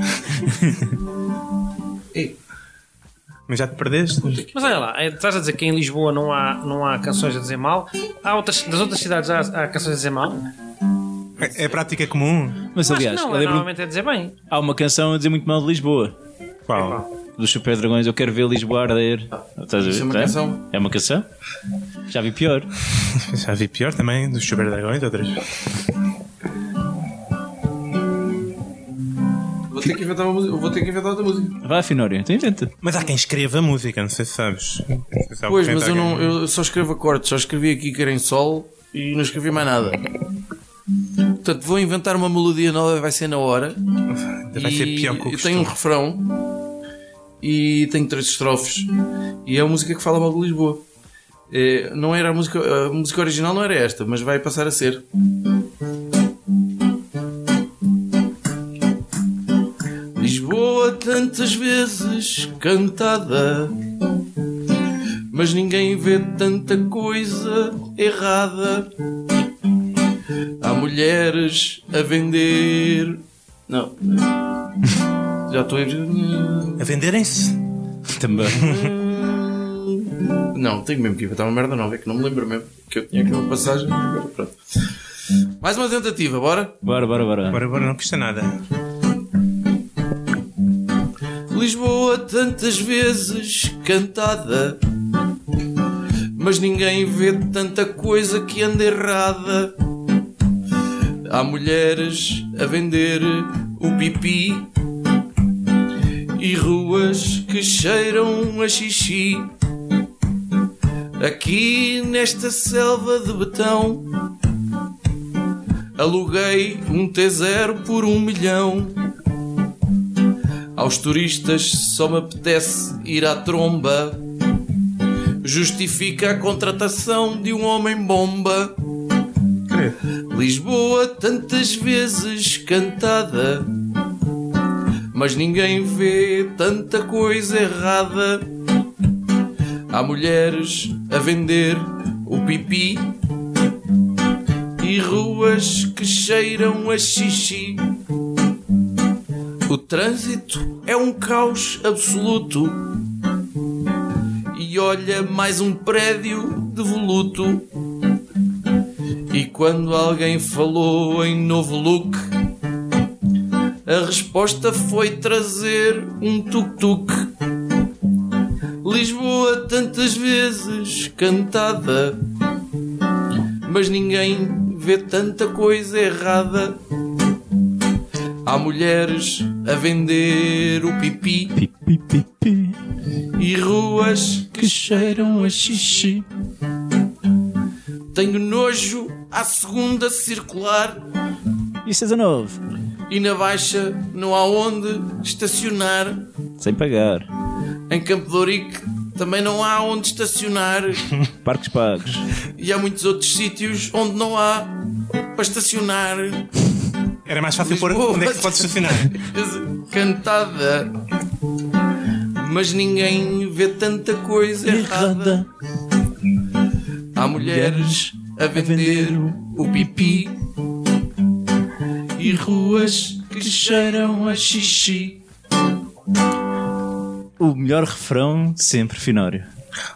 Mas já te perdeste? Mas olha lá, eh, estás a dizer que em Lisboa não há, não há canções a dizer mal. Há outras, das outras cidades há, há canções a dizer mal. É é prática comum. Mas Mas aliás, não, eu lembro normalmente é dizer bem. há uma canção a dizer muito mal de Lisboa. Qual? Dos Super Dragões, eu quero ver Lisboa arder. Estás a ver? isso é uma Tá? canção? É uma canção? Já vi pior. Já vi pior também, Hum. dos Super Dragões, outras. Vou ter que inventar uma música. Eu vou ter que inventar outra música. Vá, Finório, então inventa. Mas há quem escreva música, não sei se sabes. Não sei se sabe Pois, quem mas tá eu, aqui. não, eu só escrevo acordes, só escrevi aqui Querem Sol e não escrevi mais nada. Portanto, vou inventar uma melodia nova, vai ser na hora. Vai e ser pior que o Eu tenho um costume. refrão e tenho três estrofes. E é a música que fala mal de Lisboa. É, não era a música, a música original não era esta, mas vai passar a ser. Lisboa tantas vezes cantada, mas ninguém vê tanta coisa errada. Há mulheres a vender. Não. Já estou a. um A venderem-se? Também. Não, tenho mesmo que inventar uma merda nova, é que não me lembro mesmo que eu tinha aqui uma passagem. Agora, pronto. Mais uma tentativa, bora? Bora, bora, bora. Bora, bora, não custa nada. Lisboa tantas vezes cantada, mas ninguém vê tanta coisa que anda errada. Há mulheres a vender o pipi e ruas que cheiram a xixi. Aqui nesta selva de betão, aluguei um T0 por um milhão. Aos turistas só me apetece ir à tromba. Justifica a contratação de um homem-bomba. Lisboa tantas vezes cantada, mas ninguém vê tanta coisa errada. Há mulheres a vender o pipi e ruas que cheiram a xixi. O trânsito é um caos absoluto. E olha mais um prédio devoluto. E quando alguém falou em novo look, a resposta foi trazer um tuk-tuk. Lisboa tantas vezes cantada, mas ninguém vê tanta coisa errada. Há mulheres a vender o pipi e ruas que cheiram a xixi. Tenho nojo à segunda circular Isso é 19. e na baixa não há onde estacionar. Sem pagar. Em Campo de Ourique também não há onde estacionar Parques pagos. e há muitos outros sítios onde não há para estacionar. Era mais fácil pôr Lisboa. onde é que se pode estacionar. Cantada. Mas ninguém vê tanta coisa errada. Há mulheres a vender o pipi e ruas que cheiram a xixi. O melhor refrão de sempre, Finório.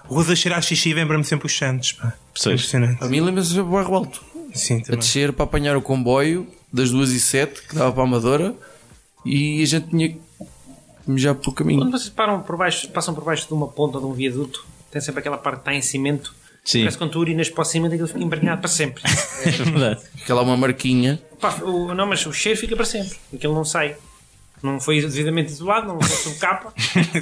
Ruas a cheirar xixi lembra-me sempre os Santos, pá. Pois. Impressionante. A mim lembra-se do bairro alto. é? Sim, A também. descer para apanhar o comboio das 2 e 7 que dava para a Amadora e a gente tinha que mijar pelo Quando caminho. vocês param por baixo, passam por baixo de uma ponta de um viaduto, tem sempre aquela parte que está em cimento. Sim. Parece que quando tu urinas para o cimento aquilo fica embrenhado para sempre. É verdade. Fica lá uma marquinha. Pá, o- não, mas o cheiro fica para sempre. Aquilo não sai. Não foi devidamente isolado, não foi sob capa.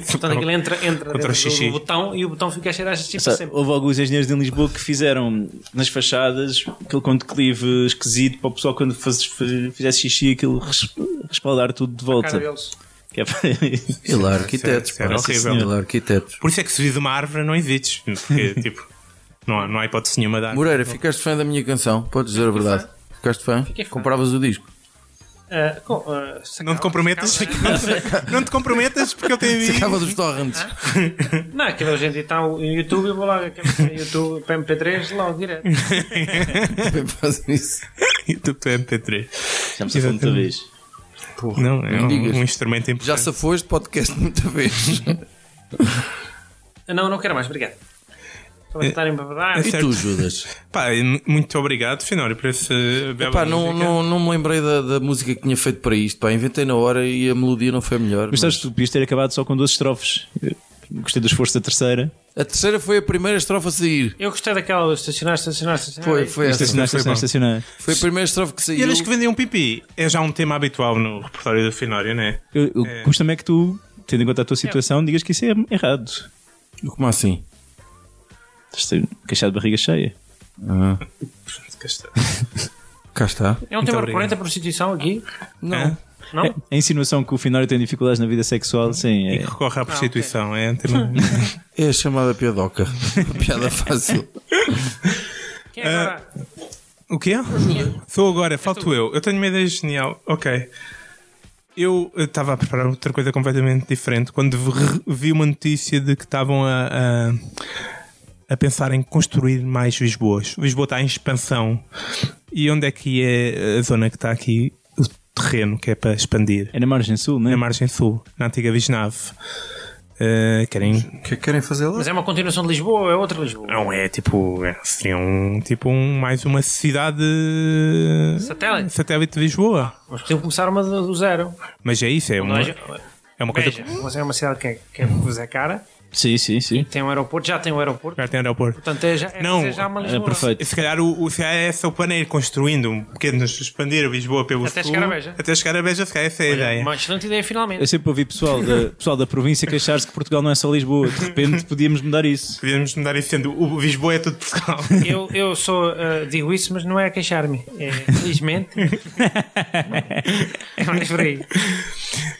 Portanto, aquilo entra, entra Contra o dentro do, xixi. do botão e o botão fica a cheirar a xixi para Sabe, É sempre. houve alguns engenheiros em Lisboa que fizeram nas fachadas aquele com declive esquisito para o pessoal quando faz- fizesse xixi aquilo res- respaldar tudo de Cara volta. deles. Que é para- E lá arquitetos. Isso era pá. horrível. E lá arquitetos. Por isso é que se vive uma árvore, não exites. Porque, tipo, não há, não há hipótese nenhuma de árvore. Moreira, ficaste fã da minha canção? Podes dizer a verdade. Ficaste fã? Fiquei fã. Compravas o disco? Ah, com- ah, sacava- Não te comprometas, sacava, não te comprometas porque eu tenho Sacava dos torrents. não é? Não, aquilo hoje em dia está o YouTube, eu vou lá, aquele YouTube para MP3, logo direto. Também fazem isso. YouTube MP3. Já me safou muita vez. Não, é nem digas. um, um instrumento importante. Já se foste podcast muita vez. Ah, Não, não quero mais, obrigado. Estava a tentar embabadar. É e certo. tu, Judas? Pá, e mu- muito obrigado, Finório, por esse belo. Pá, não, não, não me lembrei da, da música que tinha feito para isto. Pá, inventei na hora e a melodia não foi a melhor. Mas sabes, tu podias ter acabado só com duas estrofes. gostei do esforço da terceira. A terceira foi a primeira estrofe a sair. Eu gostei daquela de estacionar, estacionar, estacionar. Foi, foi, essa. Estacionar, foi estacionar, bom. estacionar. foi a primeira estrofe que é E saiu. eles que vendiam pipi. É já um tema habitual no repertório da Finória, não é? Eu, eu, Custa-me é que tu, tendo em conta a tua situação, digas que isso é errado. Como assim? Estás queixado de barriga cheia. Cá está. É um tema obrigado. É. recorrente a prostituição aqui? Não. Não? É, A insinuação que o Finório tem dificuldades na vida sexual, sim. E É. que Ah, recorre à prostituição. É um tema. É a chamada piadoca. Piada fácil. Quem é Ah, agora? O quê? Sou É agora, falto eu. Eu tenho uma ideia genial. Ok. Eu eu estava a preparar outra coisa completamente diferente quando v- vi uma notícia de que estavam a, a, a pensar em construir mais Lisboas. Lisboa está em expansão. E onde é que é a zona que está aqui? O terreno que é para expandir? É na margem sul, não é? Na margem sul, na antiga Visnave. Eh, querem. O que é que querem fazer lá? Mas é uma continuação de Lisboa ou é outra Lisboa? Não é tipo. é, seria um. Tipo um, mais uma cidade. Satélite? Satélite de Lisboa. Mas podiam começar uma do do zero. Mas é isso, é Não uma, é? é uma coisa. Veja, mas é uma cidade que é, que é, vos é cara, Sim, sim, sim. tem um aeroporto, já tem um aeroporto, Já tem aeroporto. portanto é já, é Não, fazer já uma Era Lisboa. perfeito. Se calhar, o, o, se calhar esse é o plano é ir construindo um pequeno, expandir a Lisboa pelo Até sul. chegar à Beja. Até chegar a Beja, se calhar essa é a ideia. Uma excelente ideia finalmente. Eu sempre ouvi pessoal da, pessoal da província queixar-se que Portugal não é só Lisboa. De repente podíamos mudar isso. Podíamos mudar isso sendo o o Lisboa é tudo Portugal. Eu, eu sou, eh, digo isso, mas não é a queixar-me. É, felizmente. é mais por aí.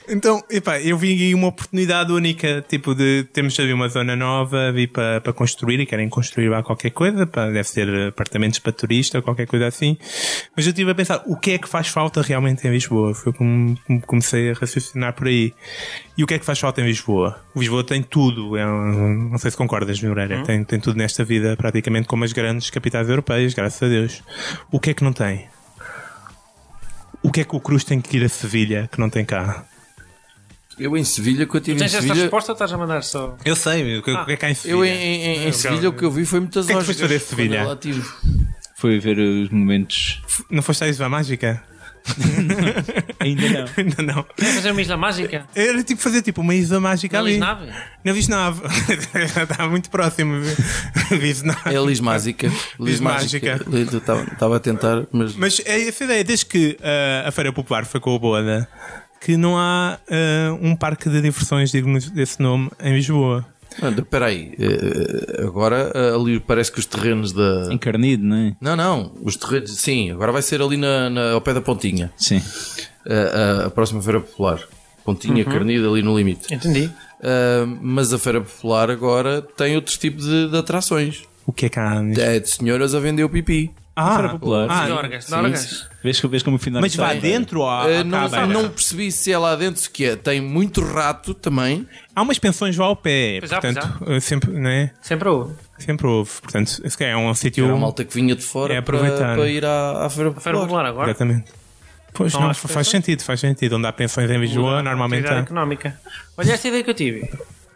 então, epá, eu vi aí uma oportunidade única, tipo de temos ali uma zona nova, vi para para construir e querem construir lá qualquer coisa, pá, deve ser apartamentos para turista ou qualquer coisa assim. Mas eu estive a pensar, o que é que faz falta realmente em Lisboa? Foi como como comecei a raciocinar por aí. E o que é que faz falta em Lisboa? Lisboa tem tudo, é um- não sei se concordas, Moreira, tem, tem tudo nesta vida, praticamente como as grandes capitais europeias, graças a Deus. O que é que não tem? O que é que o Cruz tem que ir a Sevilha, que não tem cá? Eu em Sevilha, quando estive em Tens esta Sevilha. resposta ou estás a mandar só? Eu sei, o que o que é que há em Sevilha? Eu em, em- em- em Sevilha o que eu vi foi muitas é. que é que horas. foste fazer em Sevilha? Foi ver os momentos. Não foste à Isla Mágica? Ainda não. Ainda não. Quer fazer uma isla mágica? Era tipo fazer tipo uma Isla Mágica Na ali. Lisnave? Na Lisnave. Está muito próximo. Lisnave. É a Lismásica. Lismásica. Lismásica. Eu estava- Estava a tentar, mas. Mas é essa ideia, desde que ah, a Feira Popular foi com a Boda, que não há ah, um parque de diversões digno desse nome em Lisboa. Anda, Espera aí. Eh, Agora eh, ali parece que os terrenos da. Encarnido, não é? Não, não. Os terrenos. Sim, agora vai ser ali na, na- ao pé da Pontinha. Sim. A, a- a próxima Feira Popular. Pontinha, Carnida, ali no limite. Entendi. Ah, mas a Feira Popular agora tem outro tipo de, de atrações. O que é que há nisso? É de senhoras a vender o pipi. Ah, Feira Popular. ah, de orgas, de sim, orgas. Vês, que- vês como o final mas vá dentro ou à- Ah, à não, cá à beira? não percebi se é lá dentro se que é. Tem muito rato também. Há umas pensões lá ao pé, Pois há, pois portanto, ah, sempre, né? Sempre houve. sempre houve. Portanto, se calhar é um sítio. Era a malta que vinha de fora É para, aproveitar. para ir à, à Feira Popular. Feira Popular agora. Exatamente. Pois Não não, há faz pensões? sentido, faz sentido. Onde há pensões em Lisboa, normalmente Atividade há. económica. Olha esta ideia que eu tive.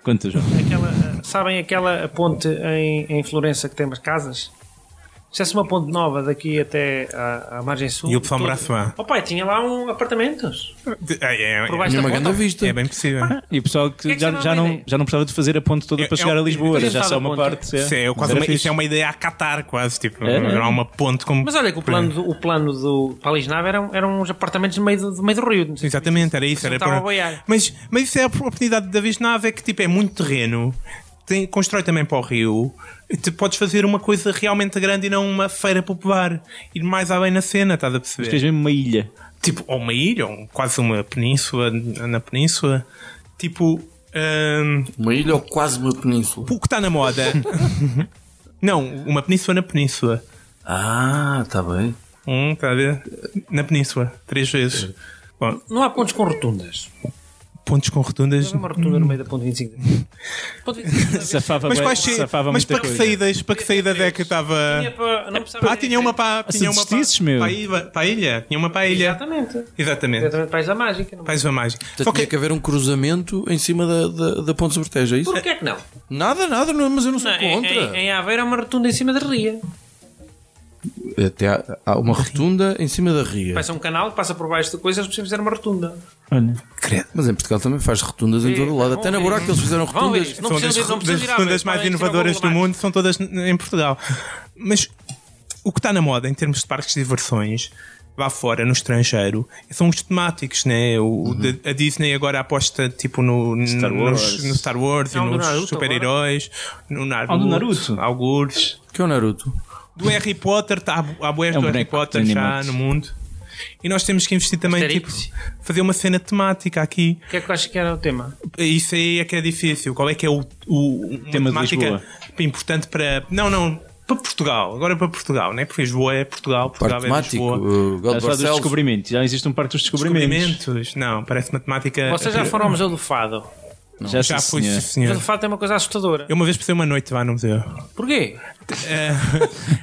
Quanto, João? Aquela, eh, sabem aquela ponte em, em Florença que tem umas casas? Se fosse uma ponte nova daqui até à, à margem sul. E o pessoal todo- morava-se lá. Oh pai, tinha lá um apartamentos. É, Por é- é- baixo Tinha da uma ponte. grande vista. é bem possível. E o pessoal que, que é que já, você não já, dá não, ideia? já não precisava de fazer a ponte toda É- para é chegar um- a Lisboa. Era Podíamos já dar só a uma ponte. parte. Sim, é quase Era uma, fixe. isso é uma ideia a Catar, quase. Tipo, É, não é. há uma ponte como. Mas olha que o plano do, o plano do Palisnave eram, eram uns apartamentos no meio do, do meio do rio. Não sei se Exatamente, era isso. Era Estava por- a boiar. Mas, mas isso é a oportunidade da Visnave, é que tipo, é muito terreno, tem, constrói também para o rio, te podes fazer uma coisa realmente grande e não uma feira popular, ir mais além na cena, estás a perceber? Tens mesmo uma ilha. tipo, ou uma ilha, ou quase uma península, na península, tipo, hum, Uma ilha ou quase uma península. o que está tá na moda. não, uma península na península. Ah, está bem. Um, está a ver? Na península, três vezes. Bom, Não há pontos com rotundas. pontos com rotundas. Não há uma rotunda no meio da ponte 25. Ponte 25. Safava, Mas bué- quais sa- safava Mas muita para que coisa. saídas, para que saídas é que estava. Tinha para- não precisava Ah, de- tinha uma para. Se Tinha uma para, desistisses, meu. para, a ilha, para a ilha. Tinha uma para a ilha. Exatamente. Exatamente. Exatamente Então para a Isla Mágica. não- é? Faz uma mágica. Portanto, Só tinha que que haver um cruzamento em cima da, da, da Ponte sobre Tejo, é isso? Porquê que não? Nada, nada, não- mas eu não sou não é- em, contra. em, em Aveiro há uma rotunda em cima da ria. Até há, há uma rotunda em cima da ria. É. Passa um canal que passa por baixo da coisa, eles precisam fazer uma rotunda. Olha, credo. Mas em Portugal também faz rotundas em todo o lado. Até na buraco eles fizeram Vão ver, rotundas. não são precisam das, de- não precisam das de ir à rotundas vez, mais podem tirar inovadoras o do Google mundo, são todas n- em Portugal. Mas o que está na moda em termos de parques de diversões, lá fora, no estrangeiro, são os temáticos, né? O, o da- a Disney agora aposta tipo no no- Uhum. Star Wars. nos, no Star Wars Não, e É do nos Naruto super-heróis, no Naruto, Ah, do Naruto. algures. Que é o Naruto. Do Harry Potter, tá, há- há boés É um do Harry boneco Potter de já Animax. no mundo. E nós temos que investir também, tipo, Asterix. fazer uma cena temática aqui. O que é que eu acho que era o tema? Isso aí é que é difícil. Qual é que é o, o uma Tema de temática Lisboa. importante para. Não, não. Para Portugal. Agora para Portugal, não é? Porque Lisboa é Portugal, Portugal Parque é temático. Lisboa. uh, God Já está dos Barcelos. descobrimentos. Já existe um parque dos descobrimentos. Descobrimentos. Não, parece matemática. Vocês já foram ao Museu do Fado. O Já, Já sim, fui, senhor. sim, Museu senhor. do Fado é uma coisa assustadora. Eu uma vez passei uma noite lá no museu. Porquê?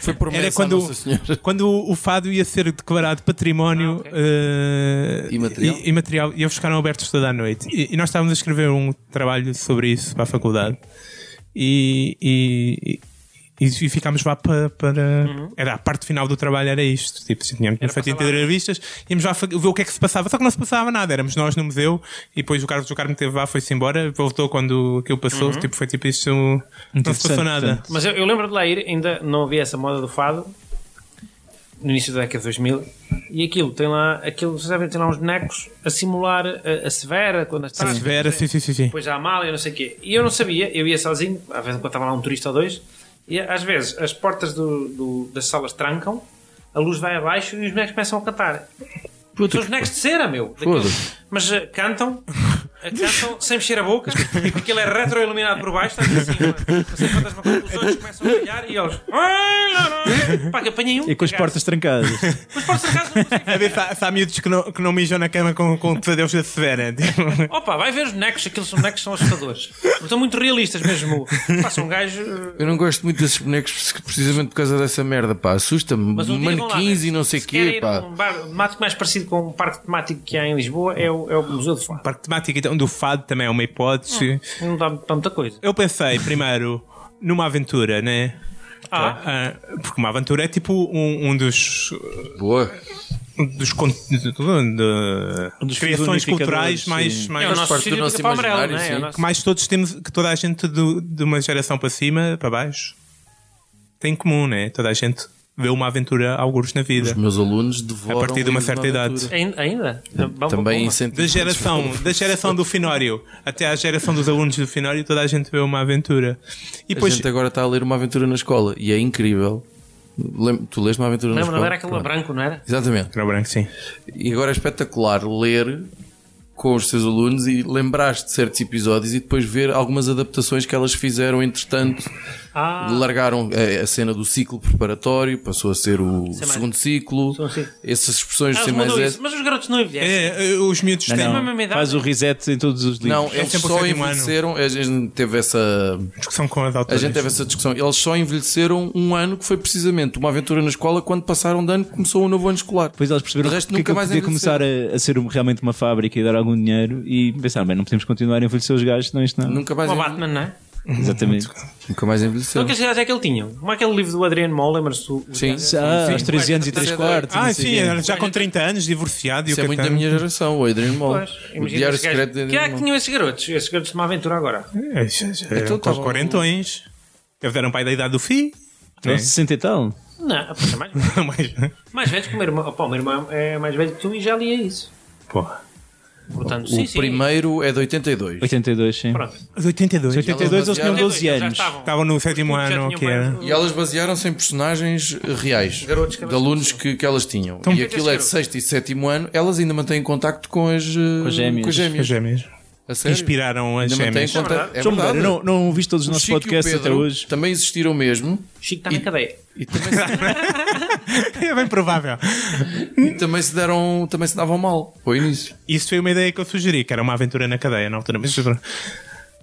Foi promessa Era Era quando, Nossa Senhora. quando o fado ia ser declarado património Ah, ok. eh, Imaterial. e- imaterial, e eles ficaram abertos toda a noite. E, e nós estávamos a escrever um trabalho sobre isso para a faculdade. E, e, e, e ficámos lá para. para- Uhum. Era a parte final do trabalho, era isto. Tipo, assim, tínhamos feito entrevistas, íamos lá fa- ver o que é que se passava, só que não se passava nada. Éramos nós no museu e depois o Carlos do Carmo teve lá, foi-se embora, voltou quando aquilo passou. Uhum. Tipo, foi tipo isto. Não se passou interessante, nada. portanto. Mas eu, eu lembro de lá ir, ainda não havia essa moda do fado, no início da década de 2000, e aquilo, tem lá, aquilo, vocês sabem, tem lá uns bonecos a simular a, a Severa, quando as Se tiver, sim, sim, sim. sim. depois a Amália, não sei o quê. E eu não sabia, eu ia sozinho, às vezes quando estava lá um turista ou dois, e às vezes as portas do- do- das salas trancam, a luz vai abaixo e os bonecos começam a cantar. Puta, os bonecos de cera, meu. daqueles- Mas eh, cantam, eh, cantam sem mexer a boca, aquilo é retroiluminado por baixo, está assim, uma- não sei quantas maculas, os olhos começam a brilhar e eles. Pá, que apanhei um. E com as cagaço. portas trancadas. Com as portas trancadas, não consigo. A ver se há, se há miúdos que não, que não mijam na cama com, com pesadelos da Severa. tipo. Opa, vai ver os bonecos, aqueles bonecos são assustadores. Estão muito realistas mesmo. Pá, são um gajo. eh, Eu não gosto muito desses bonecos precisamente por causa dessa merda, pá. Assusta-me. Mas um dia vão lá Manequins ver. e não sei o Se querem quê, ir a pá. Um bar temático mais parecido com um parque temático que há em Lisboa é o, é o Museu do Fado. Parte temática então, do fado também é uma hipótese. Não dá tanta coisa. Eu pensei primeiro numa aventura, né? Ah, Ah, porque uma aventura é tipo um, um dos, Boa. um dos con- de- de- de- dos criações unificadores, culturais sim. mais, é mais o nosso parte do sítio nosso do Capão Amarelo, imaginário, não é? É o sim. que nosso- mais todos temos, que toda a gente do- de uma geração para cima, para baixo, tem em comum, né? Toda a gente vê uma aventura alguns na vida. Os meus alunos devoram. A partir de uma livros certa idade. É aventura. Ainda? ainda? Bamba, É, Também bomba. incentivo. Da geração, da geração do Finório até à geração dos alunos do Finório, toda a gente vê uma aventura. E A depois, gente agora está a ler uma aventura na escola e é incrível. Lem- Tu leste uma aventura na Lembro, escola? não era aquele Pronto. branco, não era? Exatamente. Era branco, sim. E agora é espetacular ler com os teus alunos e lembrar-te de certos episódios e depois ver algumas adaptações que elas fizeram, entretanto. Ah. Largaram eh, a cena do ciclo preparatório, passou a ser o mais- segundo ciclo. Segundo ciclo. Essas expressões Ah, sem mais mudou é- isso. Mas os garotos não envelhecem. É, os miúdos Não, têm. não. mesma idade. Faz o reset em todos os livros. Não, eles sempre o só sétimo ano. envelheceram. A gente teve essa. Discussão com as A autoras. gente teve essa discussão. Eles só envelheceram um ano que foi precisamente uma aventura na escola quando passaram de ano começou o novo ano escolar. Depois eles perceberam De resto, que nunca aquilo mais podia envelheceram. começar a, a ser um- realmente uma fábrica e dar algum dinheiro e pensaram, bem, não podemos continuar a envelhecer os gajos, não é isto não. Nunca mais, Como o envelhe- Batman, não é? Exatamente. nunca mais Então envelheceram. aqueles gajos é que ele tinha. Como aquele livro do Adriano Moll, lembra-se do. Sim, Já, aos 13 anos e Mas 3 é- quartos. Ah, não sei sim, quê. era já com 30 anos, divorciado e Isso o é que muito da minha geração, o Adrian Moll. Pois, O imagina Diário esses gajos- Secreto de Que é Adrian que Moll. tinham esses garotos? Esses garotos de uma aventura agora. É, já- já- Então, com os tá bom. quarentões. Eles eram pai da idade do filho. Então, 60 e tal. Não, pá, é mais, né? mais velhos que o meu irmão. Opa, o meu irmão é mais velho que tu e já lia isso. Porra. Portanto, O sim, sim. primeiro é de 82. 82, sim. Pronto. Os 82. 82 eles tinham Elas 12 Eles já anos. estavam. Estavam no sétimo Porque já ano, ou tinham que era? mais- E elas basearam-se em personagens reais, Garotos que de elas alunos que, que elas tinham. e aquilo é de sexto e sétimo ano, elas ainda mantêm contacto com as, eh, as gêmeas. Com as As gêmeas. A sério? é Inspiraram as Ainda mantêm gêmeas. contacto. É João verdade. Moreira, não, não ouviste todos os O nossos Chico e o podcasts até Pedro hoje? Também existiram mesmo Chico tá está na cadeia. e também se, É bem provável. e também se deram, também se davam mal ao início. Isso foi uma ideia que eu sugeri, que era uma aventura na cadeia na altura. Mas pronto.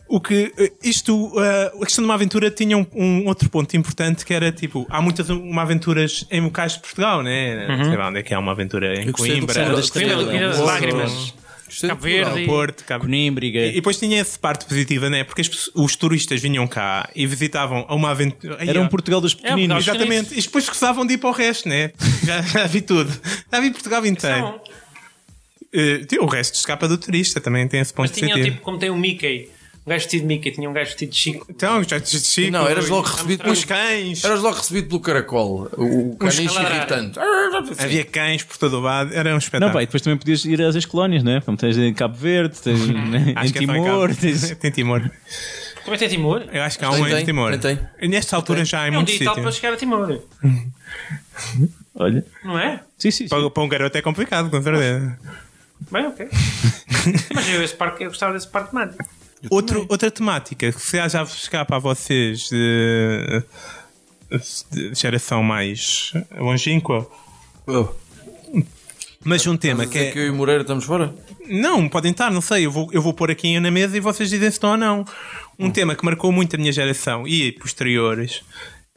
o que eh, isto, eh, a questão de uma aventura tinha um, um outro ponto importante que era tipo, há muitas uma aventuras em locais de Portugal, né? Uhum. Sei lá onde é que há uma aventura em Eu gostei do Coimbra, Fernando da Coimbra, Estrela, Coimbra das Porto, Lágrimas. Gostei Cabo de Portugal. Verde. Porto, Cabo Conímbriga. E depois tinha essa parte positiva, né? Porque as pessoas- os turistas vinham cá e visitavam uma aventura. Ai, Era um ó. Portugal dos pequeninos. Portugal Exatamente, e depois gostavam de ir para o resto, né? Já, já vi tudo. Já vi Portugal inteiro. Então, eh, tio, o resto escapa do turista, também tem esse ponto Mas tinha positivo. tipo, como tem o Mickey, um gajo vestido de Mickey, tinha um gajo vestido de Chico. Então, já te Chico, Não, eras logo recebido pelos- Os cães. Eras logo recebido pelo caracol, o, o caniche escaladrar. irritante. um Havia cães por todo o lado, era um Não, espetáculo. pá, e depois também podias ir às colónias, não é? Como tens em Cabo Verde, tens né, em Acho que é só em Timor, Cabo. tens... Tem Timor. Também tem é Timor. Eu acho que há Tem, um em tem, Timor. tem, tem. E Nesta altura já há em É um muitos digital para sítios. chegar a Timor, Olha, não é? sim, sim. sim. Para, para um garoto é complicado, com certeza. Bem, ok. Mas eu, esse parque, eu gostava desse parque de Mano. Outro, outra temática que se já vos escapa a vocês de, de geração mais longínqua, Oh, mas um tema mas que é é. que eu e o Moreira estamos fora? Não, podem estar, não sei. Eu vou, eu vou pôr aqui na mesa e vocês dizem se estão ou não. Um Hum. tema que marcou muito a minha geração e posteriores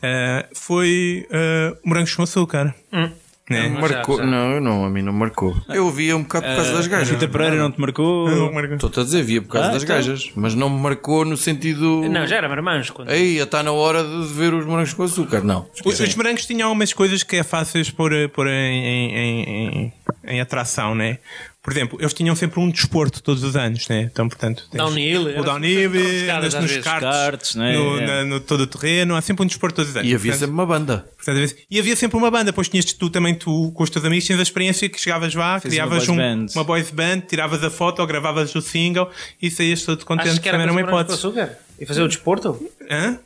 eh, foi eh, Morangos com Açúcar. Hum. É, Né? É. Marcou. Não, eu não, a mim não marcou. Eu via um bocado por causa das A Rita gajas. Pereira não te marcou? Não, Morangos- Estou-te a dizer, via por causa Ah, das então. gajas, mas não me marcou no sentido. Não, já era marmanjo. Quando... Aí, está na hora de ver os morangos com açúcar. Não. Os, os morangos tinham umas coisas que é fáceis por, por em, em- em- em- em atração, né? Por exemplo, eles tinham sempre um desporto todos os anos, né? Então, portanto, tens Downhill, o elas downhill, sempre estão arriscadas andas às nos vezes. karts, Karts, né? no, É. na- no todo o terreno, há sempre um desporto todos os anos. E havia Portanto, sempre uma banda. portanto, às vezes- e havia sempre uma banda, pois tinhas tu também, tu, com os teus amigos, tinhas a experiência que chegavas lá, criavas uma um- boys band. uma boys band, tiravas a foto ou gravavas o single e saías todo Achas contente, que era também fazer era uma morangos com hipótese. açúcar? E fazer o desporto? Hã?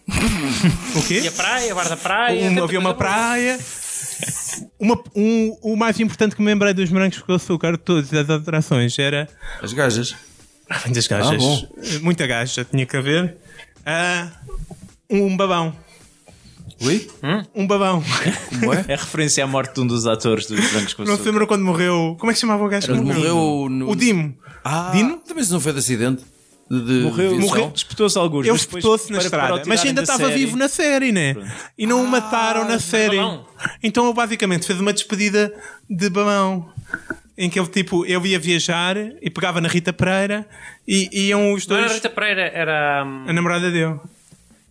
o quê? E a praia, a bar da praia. Um, tanta havia uma coisa boa. praia. Uma- um- o mais importante que me lembrei dos morangos com açúcar de todas as atrações era. As gajas. Muitas gajas. Ah, bom. Muita gaja, tinha que haver. Ah, um babão. Ui? Um babão. Como é? É referência à morte de um dos atores dos Brancos com Não se Açúcar. lembra quando morreu. Como é que se chamava o gajo? que Mas morreu no. O Dimo. Ah, Dino? Também isso não foi de acidente. De, de Morreu, viação? morreu espetou-se alguns. Ele mas depois, espetou-se na para- para estrada, o mas tirarem ainda da estava série- vivo na série, né? E não o mataram na série. babão. Então ele basicamente fez uma despedida de babão. Em que ele, tipo, eu ia viajar e pegava na Rita Pereira e e iam os Não dois. era a Rita Pereira, era hum, A namorada dele.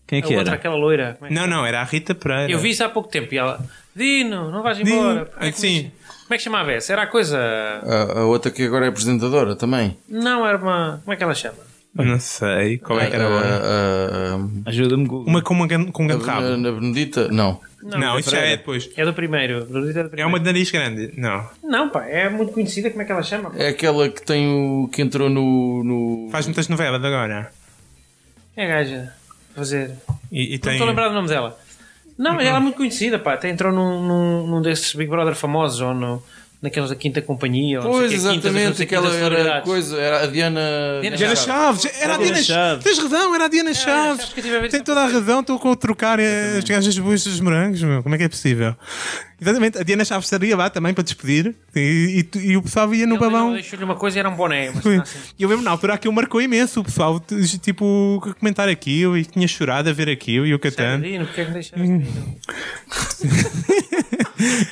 Quem é a que outra, era? aquela loira. Como é que- Não, não, era a Rita Pereira. Eu vi isso há pouco tempo e ela. Dino, não vais Dino, embora. Como é que- sim. Como é que chamava essa? Era a coisa. A, a outra que agora é apresentadora também. Não, era uma. Como é que ela chama? Não sei qual é que Ah, era a outra. a, a, Ajuda-me, Google. Uma com, uma, gan- com um grande a, rabo. a, a Benedita? Não. Não, isso já é depois. É do primeiro. É uma de nariz grande. Não. Não, pá, é muito conhecida. Como é que ela chama? pá? É aquela que tem o. que entrou no. no... Faz muitas novelas agora. É a gaja. Fazer. E, e Não tem. estou a lembrar do nome dela. Não, mas ela é muito conhecida, pá. Até entrou num, num, num desses Big Brother famosos ou no, naqueles da Quinta Companhia. Ou é não Pois, sei o quê, Quinta das- não exatamente, sei o quê, das aquela era a celebridades. coisa, era a Diana. Diana É Diana Chaves. Chaves, era a Diana Diana Chaves. Chaves. Tens razão, era a Diana Chaves. Chaves É, que eu tive a ver Tem essa toda a razão, estou com a trocar eh, as gajas boas dos morangos, meu. Como é que é possível? Exatamente, a Diana Chaves estaria lá também para despedir e, e tu- e o pessoal ia no Ele babão. Deixou-lhe uma coisa e era um boné. Mas, Foi. não, assim, E eu lembro na altura aquilo marcou imenso. O pessoal, t- tipo, a comentar aquilo e tinha chorado a ver aquilo e o sério, Catano. Dino, porque é que me deixaste? Dino?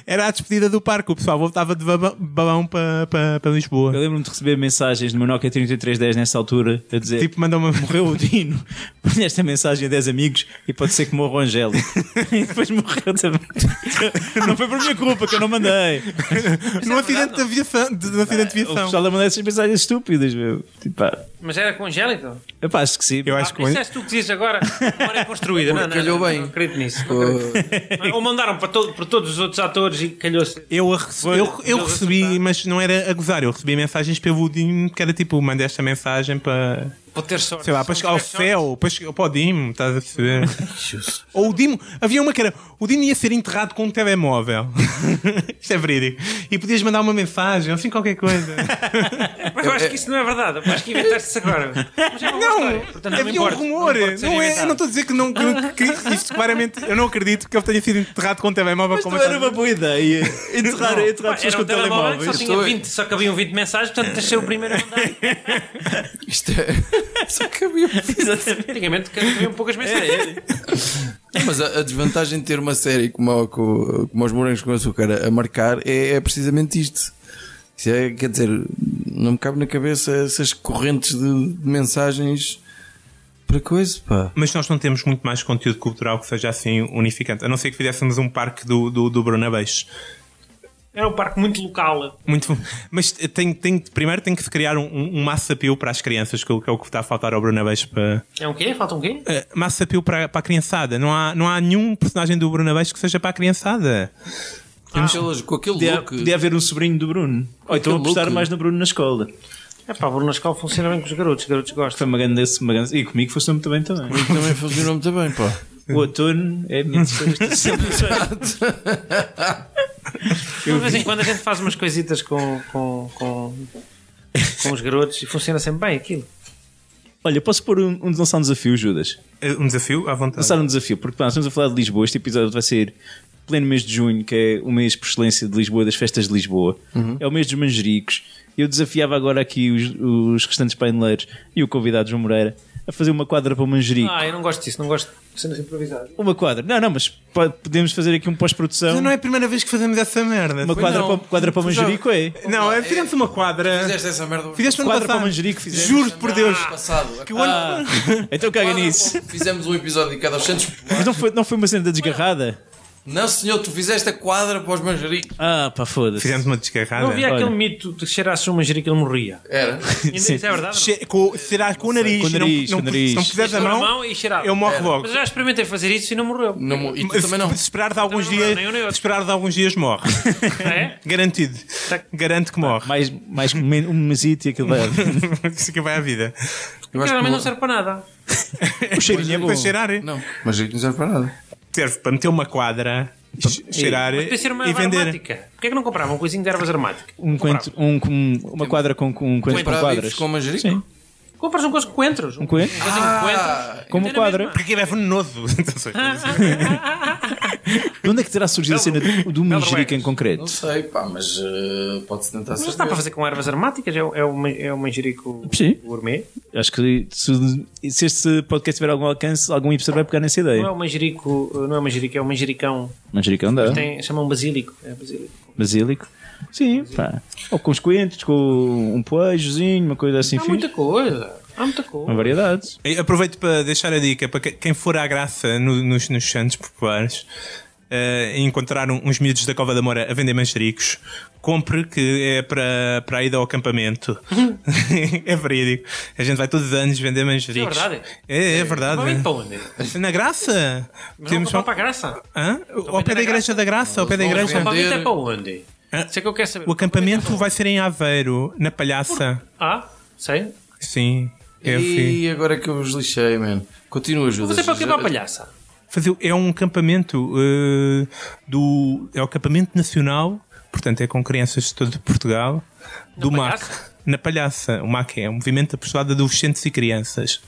Era a despedida do parque. O pessoal voltava de baba- babão para, para, para Eu Lisboa. lembro-me de receber mensagens no meu Nokia 3310 nessa altura a dizer Tipo, mandou uma. morreu o Dino, põe esta mensagem a 10 amigos e pode ser que morra o Angélico. e depois morreu também. Não foi por minha culpa que eu não mandei. Num acidente de aviação. De, de acidente de O aviação. pessoal a mandar essas mensagens estúpidas, meu. Tipo, pá, mas era com Angélica? eu pá, acho que sim. Eu Ah, acho que. isso é tu que dizes agora, agora é construída. não, não, calhou não, bem. Não acredito nisso. não acredito. Ou mandaram para, todo, para todos os outros atores e calhou-se. Eu, a rece- eu, eu recebi, mas não era a gozar, eu recebi mensagens pelo Dimo que era tipo, manda esta mensagem para, Para ter sorte. sei lá, para chegar ao céu, para, chegar, para o Dimo, estás a perceber? Ou o Dimo, havia uma que era, o Dimo ia ser enterrado com um telemóvel. Isto é verídico. E podias mandar uma mensagem, ou assim qualquer coisa. Mas eu acho que isso não é verdade. Eu acho que inventaste isso agora. Mas é uma boa Não, história, portanto, não me havia um importo, rumor. me importo de ser Não é, eu inventado. não estou a dizer que não. Que, que isto claramente, eu não acredito que ele tenha sido enterrado com um telemóvel Mas como não era uma é boa ideia enterrar, enterrar Pá, pessoas Era com um telemóvel telemóveis. que só tinha 20, só cabiam 20 mensagens, portanto, tens de ser o primeiro a mandar. Isto é. Só cabia. Antigamente cabiam É, poucas mensagens. Mas a, a desvantagem de ter uma série como, a- co- como os Morangos com Açúcar a marcar é, é precisamente isto. Isso é, quer dizer, não me cabe na cabeça essas correntes de, de mensagens para coisa, pá. Mas nós não temos muito mais conteúdo cultural que seja assim unificante, a não ser que fizéssemos um parque do, do, do Brunabeix. Era um parque muito local. Muito, mas tem, tem, primeiro tem que se criar um, um, um massa appeal para as crianças, que é o que é o que está a faltar ao Bruno Abaixo para. É um quê? Falta um quê? Eh, massa appeal para, para a criançada. Não há, não há nenhum personagem do Bruno Abaixo que seja para a criançada. Aquelas- com aquele Podia, look. podia haver um sobrinho do Bruno. Ou então Que apostar louco. mais no Bruno na escola. É pá, o Bruno Nascal funciona bem com os garotos, os garotos Foi gostam. uma grande, uma grande- E comigo fosse muito bem também. E Também funcionou muito bem, pá. O outono é a minha terceira estação. De vez em quando a gente faz umas coisitas com, com, com, com os garotos e funciona sempre bem aquilo. Olha, posso pôr um, um, lançar um desafio, Judas? Eh, Um desafio à vontade. Lançar um desafio, porque pá, nós estamos a falar de Lisboa. Este episódio vai sair pleno mês de junho, que é o mês por excelência de Lisboa, das festas de Lisboa. É o mês dos manjericos. Eu desafiava agora aqui os, os restantes paineleiros e o convidado João Moreira a fazer uma quadra para o manjerico. Ah, eu não gosto disso, não gosto de cenas improvisadas. Uma quadra. Não, não, mas po- podemos fazer aqui um pós-produção. Mas não é a primeira vez que fazemos essa merda. Uma Foi- quadra, não. para, quadra para o Tu já- manjerico é. Não, é, fizemos uma quadra. Fizeste essa merda. Fizeste um ano Quadra para o passado. manjerico fizemos. Juro por Deus. Passado. Que o ano- Então caga nisso. Fizemos um episódio dedicado aos Santos Populares. Mas não foi, não foi uma cena da desgarrada? Não, senhor, tu fizeste a quadra para os manjericos. Ah, pá, foda-se. Fizemos uma desgarrada. Não havia olha. aquele mito de que cheirasse um manjerico ele morria. Era. Ainda Isso é verdade? não? Che- Com, será com o nariz. Com o não- nariz, não, com o nariz. Se não puseres a Cheirava mão, é um e cheirava. eu morro logo. Mas eu já experimentei fazer isso e não morreu. Não, mo- e tu Se- também não. Se esperar de alguns Também não, dias, nem eu nem se outro. esperar de alguns dias morre. É? Garantido. Tá- Garanto que morre. Mais, mais que um men- um mesito e aquilo vai. Isso que vai à vida. Eu acho que Geralmente não não. serve para nada. O cheirinho é bom. Para cheirar, é? Não, manjerico não serve para nada. serve para meter uma quadra, che- cheirar Mas podia ser uma e erva vender. aromática. Porquê é que não compravam um coisinho de ervas aromáticas? Um coentro, um, com- uma quadra com, com, com, com Para quadras. vivos com Ah, manjerico? Sim. Compras um coisa com coentros. Um coentro? Um coisinho com coentros. Com uma Ainda na quadra. mesma. Porque aquilo é venenoso. Então, sei. De onde é que terá surgido a cena do, do manjerico Belruegas. em concreto? Não sei, pá, mas eh, pode-se tentar Mas tá dá para saber. fazer com ervas aromáticas? É, o- é, o, man- é o manjerico Sim. gourmet? Acho que se, se este podcast tiver algum alcance, algum hipster vai pegar nessa Não é ideia. o manjerico, não é o manjerico, é o manjericão. Manjericão dá. Tem, chamam basílico. É basílico. Basílico. Sim, pá. Ou com os coentros, com um poejozinho, uma coisa assim Há fixe. muita coisa. Há muita Uma É coisa. variedade. E Aproveito para deixar a dica para que- quem for à graça no- nos, nos Santos Populares eh, e encontrar um- uns miúdos da Cova da Moura a vender manjericos, compre que é para, para a ida ao acampamento. é verídico. A gente vai todos os anos vender manjericos. É verdade? É, é verdade. Assim, Mas vem para onde? Na graça? Mas Temos só- para a graça. Hã? Ao pé na da Igreja da Graça, ao pé da Não, Igreja. não, Para Vender- mim é para onde? Hã? Isso é que eu quero saber. O acampamento vai ser em Aveiro, na Palhaça. Ah, sei. Sim, é assim. E agora é que eu vos lixei, mano. Continua, ajuda. Você para o que é para a palhaça? Fazer, é um acampamento eh, do. É o acampamento nacional, portanto é com crianças de todo Portugal, do MAC. Palhaça? Na Palhaça. O MAC é um movimento de apostolado de adolescentes e crianças.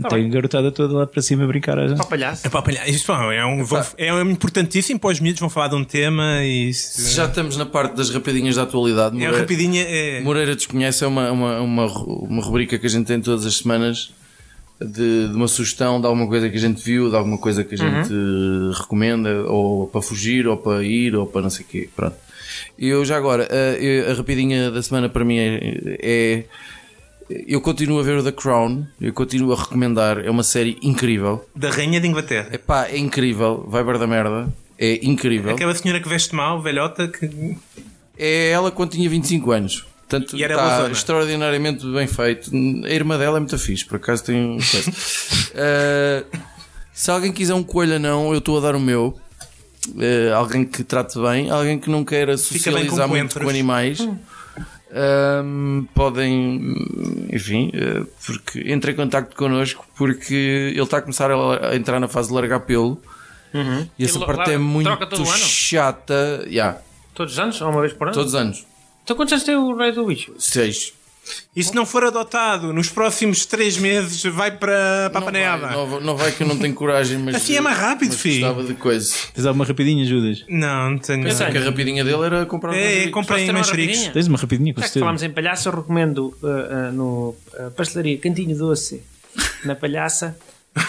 Tá Tem garotada toda lá para cima a brincar. já. Para a palhaça? É para a Palhaça. Isto pá, é, um, vão- é, um importantíssimo para os miúdos, vão falar de um tema e. Se se- já estamos na parte das rapidinhas da atualidade, É Moreira, rapidinha. É, Moreira Desconhece é uma, uma, uma, ru- uma rubrica que a gente tem todas as semanas de, de uma sugestão de alguma coisa que a gente viu, de alguma coisa que a gente eh, recomenda, ou para fugir, ou para ir, ou para não sei o quê. Pronto. E eu já agora, a, eu- a rapidinha da semana para mim é- é eu continuo a ver o The Crown, eu continuo a recomendar, é uma série incrível. da Rainha de Inglaterra. Epá, é incrível, vai bar da merda, é incrível. Aquela senhora que veste mal, velhota, que É ela quando tinha 25 anos. Portanto, E era está luzona. extraordinariamente bem feito. A irmã dela é muito fixe, por acaso tem um. coisa. uh, se alguém quiser um coelho não, eu estou a dar o meu. Uh, alguém que trate bem, alguém que não queira bem com socializar muito coentros. com animais. Hum. Um, podem, enfim, uh, porque entre em contacto connosco porque ele está a começar a, la- a entrar na fase de largar pelo e essa Uhum. Ele parte larga- é troca todo muito o ano? chata. Yeah, Todos os anos? Ou uma vez por ano? todos os anos, Então quantos anos tem o rei do bicho? seis. E se não for adotado nos próximos três meses, vai para, para a paneaba. Não vai, não vai que eu não tenho coragem, mas. é? Assim é mais rápido, mas filho. Gostava de coisa. Tens alguma rapidinha, Judas? Não, não tenho. Eu sei. Porque a rapidinha dele era comprar. É, é, comprei Posso ter uma manjericos. rapidinha? Tens uma rapidinha com Já que certeza. falámos em palhaça, eu recomendo ah, ah, no ah, pastelaria Cantinho Doce, na Palhaça,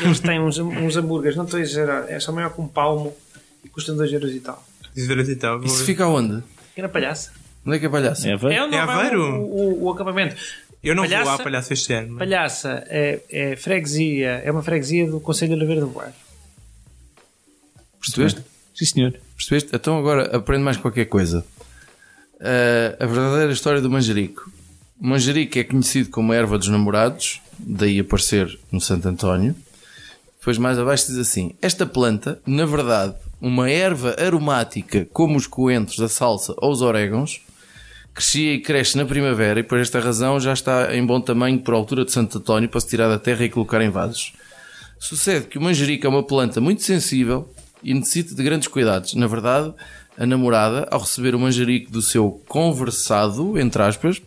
eles têm uns, uns hambúrgueres, não estou a exagerar, é só maior que um palmo e custam 2 euros e tal. Dizer-lhe e tal, vou- Isso fica onde? E na Palhaça. Onde é que é palhaço? É, vai? É onde É não vai Aveiro? o, o, o acampamento. Eu não Palhaça- vou lá palhaço este ano. mas- Palhaça é, é freguesia, é uma freguesia do Conselho de Oliveira do Bairro. Percebeste? Sim, senhor. Percebeste? Então agora aprende mais qualquer coisa. Ah, a verdadeira história do manjerico. O manjerico é conhecido como a erva dos namorados, daí aparecer no Santo António. Depois mais abaixo diz assim: Esta planta, na verdade, uma erva aromática como os coentros, a salsa ou os orégãos, crescia e cresce na primavera e por esta razão já está em bom tamanho por altura de Santo António para se tirar da terra e colocar em vasos. Sucede que o manjerico é uma planta muito sensível e necessita de grandes cuidados. Na verdade, a namorada, ao receber o manjerico do seu conversado, entre aspas,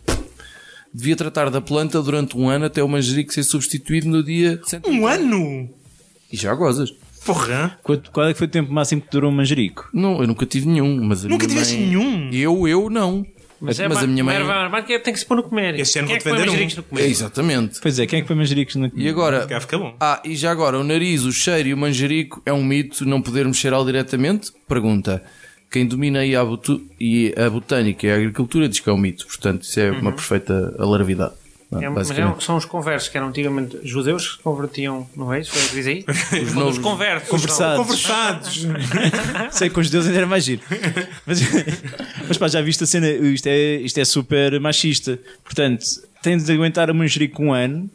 devia tratar da planta durante um ano até o manjerico ser substituído no dia de Santo Um ano? E já gozas. Porra! Quanto- Qual é que foi o tempo máximo que durou um manjerico? Não, eu nunca tive nenhum, mas a Nunca minha tiveste mãe- nenhum? Eu, eu não. Mas, é a minha mãe. tem que se pôr no comer. Este ano Quem é vou-te que põe vender um. manjericos no É, comer? exatamente. Pois é, quem é que foi manjericos na E agora, Cá fica bom. Ah, e já agora, o nariz, o cheiro e o manjerico é um mito não podermos cheirá-lo diretamente? Pergunta. Quem domina aí a, botu- e a botânica e a agricultura diz que é um mito, portanto, isso é uma perfeita alarvidade. Não, Uhum. É, mas basicamente. eram- são os conversos que eram antigamente judeus que se convertiam no ex, foi o que diz aí? Os, novos- conversos. Conversados. Conversados! Sei que com os deuses ainda era mais giro. Mas, mas pá, já viste a cena? Isto é, isto é super machista. Portanto, tens de aguentar a manjerico um ano,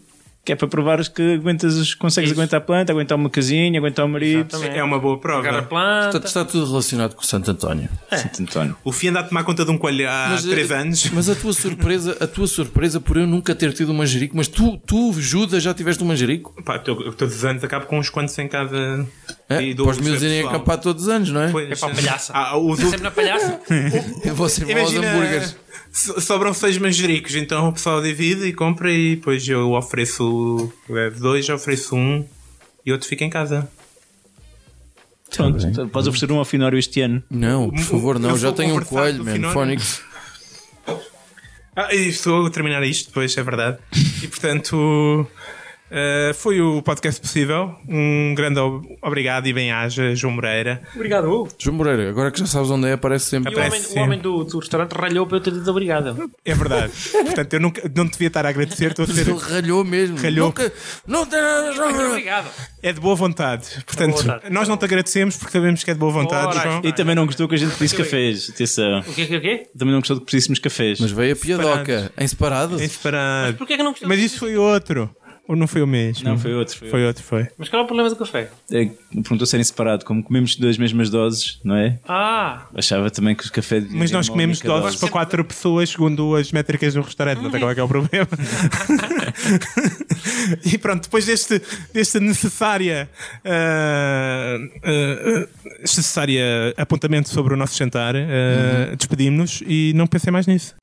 que é para provares que aguentas, os- consegues aguentar a planta, aguentar uma casinha, aguentar o marido. Exatamente. é uma boa Pegar a prova. Portanto, planta. está tudo relacionado com o Santo António. Santo António. O Fih anda a tomar conta de um coelho há Mas, 3 eh, anos. Mas a tua surpresa, a tua surpresa por eu nunca ter tido um manjerico, mas tu, tu Judas, já tiveste um manjerico? Pá, eu, eu todos os anos acabo com uns quantos em cada. É? e dou Para os ao meus irem pessoal. acampar todos os anos, não é? Pois. É para a palhaça. Ah, os É sempre últimos- na palhaça. Eu vou ser maus hambúrgueres. Imagina, so- sobram seis manjericos, então o pessoal divide e compra e depois eu ofereço eh, dois, ofereço um e outro fica em casa. Pronto, então podes oferecer um ao Finório este ano. Não, por favor, não, um- Eu já sou tenho um conversado coelho, do man. Finório. Fónix. Ah, e estou a terminar isto depois, é verdade. E portanto, eh, foi o podcast possível. Um grande ob- obrigado e bem-aja, João Moreira. Obrigado. Hugo. João Moreira, agora que já sabes onde é, aparece sempre. E o Parece homem, o sim. homem do, do restaurante ralhou para eu ter dito obrigado. É verdade. portanto, eu nunca, não te devia estar a agradecer, estou a ser. Ele ralhou mesmo. Ralhou. Nunca- não tem nada- Obrigado. É de boa vontade. Portanto, boa vontade. nós não te agradecemos porque sabemos que é de boa vontade, Ora, João. E também não gostou que a gente pedisse cafés. Atenção. O que é que o quê? Também não gostou de que pedíssemos cafés. Mas veio a piadoca, Separados. em separado. É separado. Porquê é que não gostou? Mas isso foi outro. Ou não foi o mesmo? Não, foi outro. Foi Foi outro, foi. Mas qual é o problema do café? É, perguntou serem separado. Como comemos duas mesmas doses, não é? Ah, Achava também que é o café. Mas nós comemos doses para quatro pessoas, segundo as métricas do restaurante, não sei qual é que é o problema. e pronto, depois deste, desta necessária, ah, ah, ah, este Uhum. necessária apontamento sobre o nosso jantar, ah, despedimos-nos e não pensei mais nisso.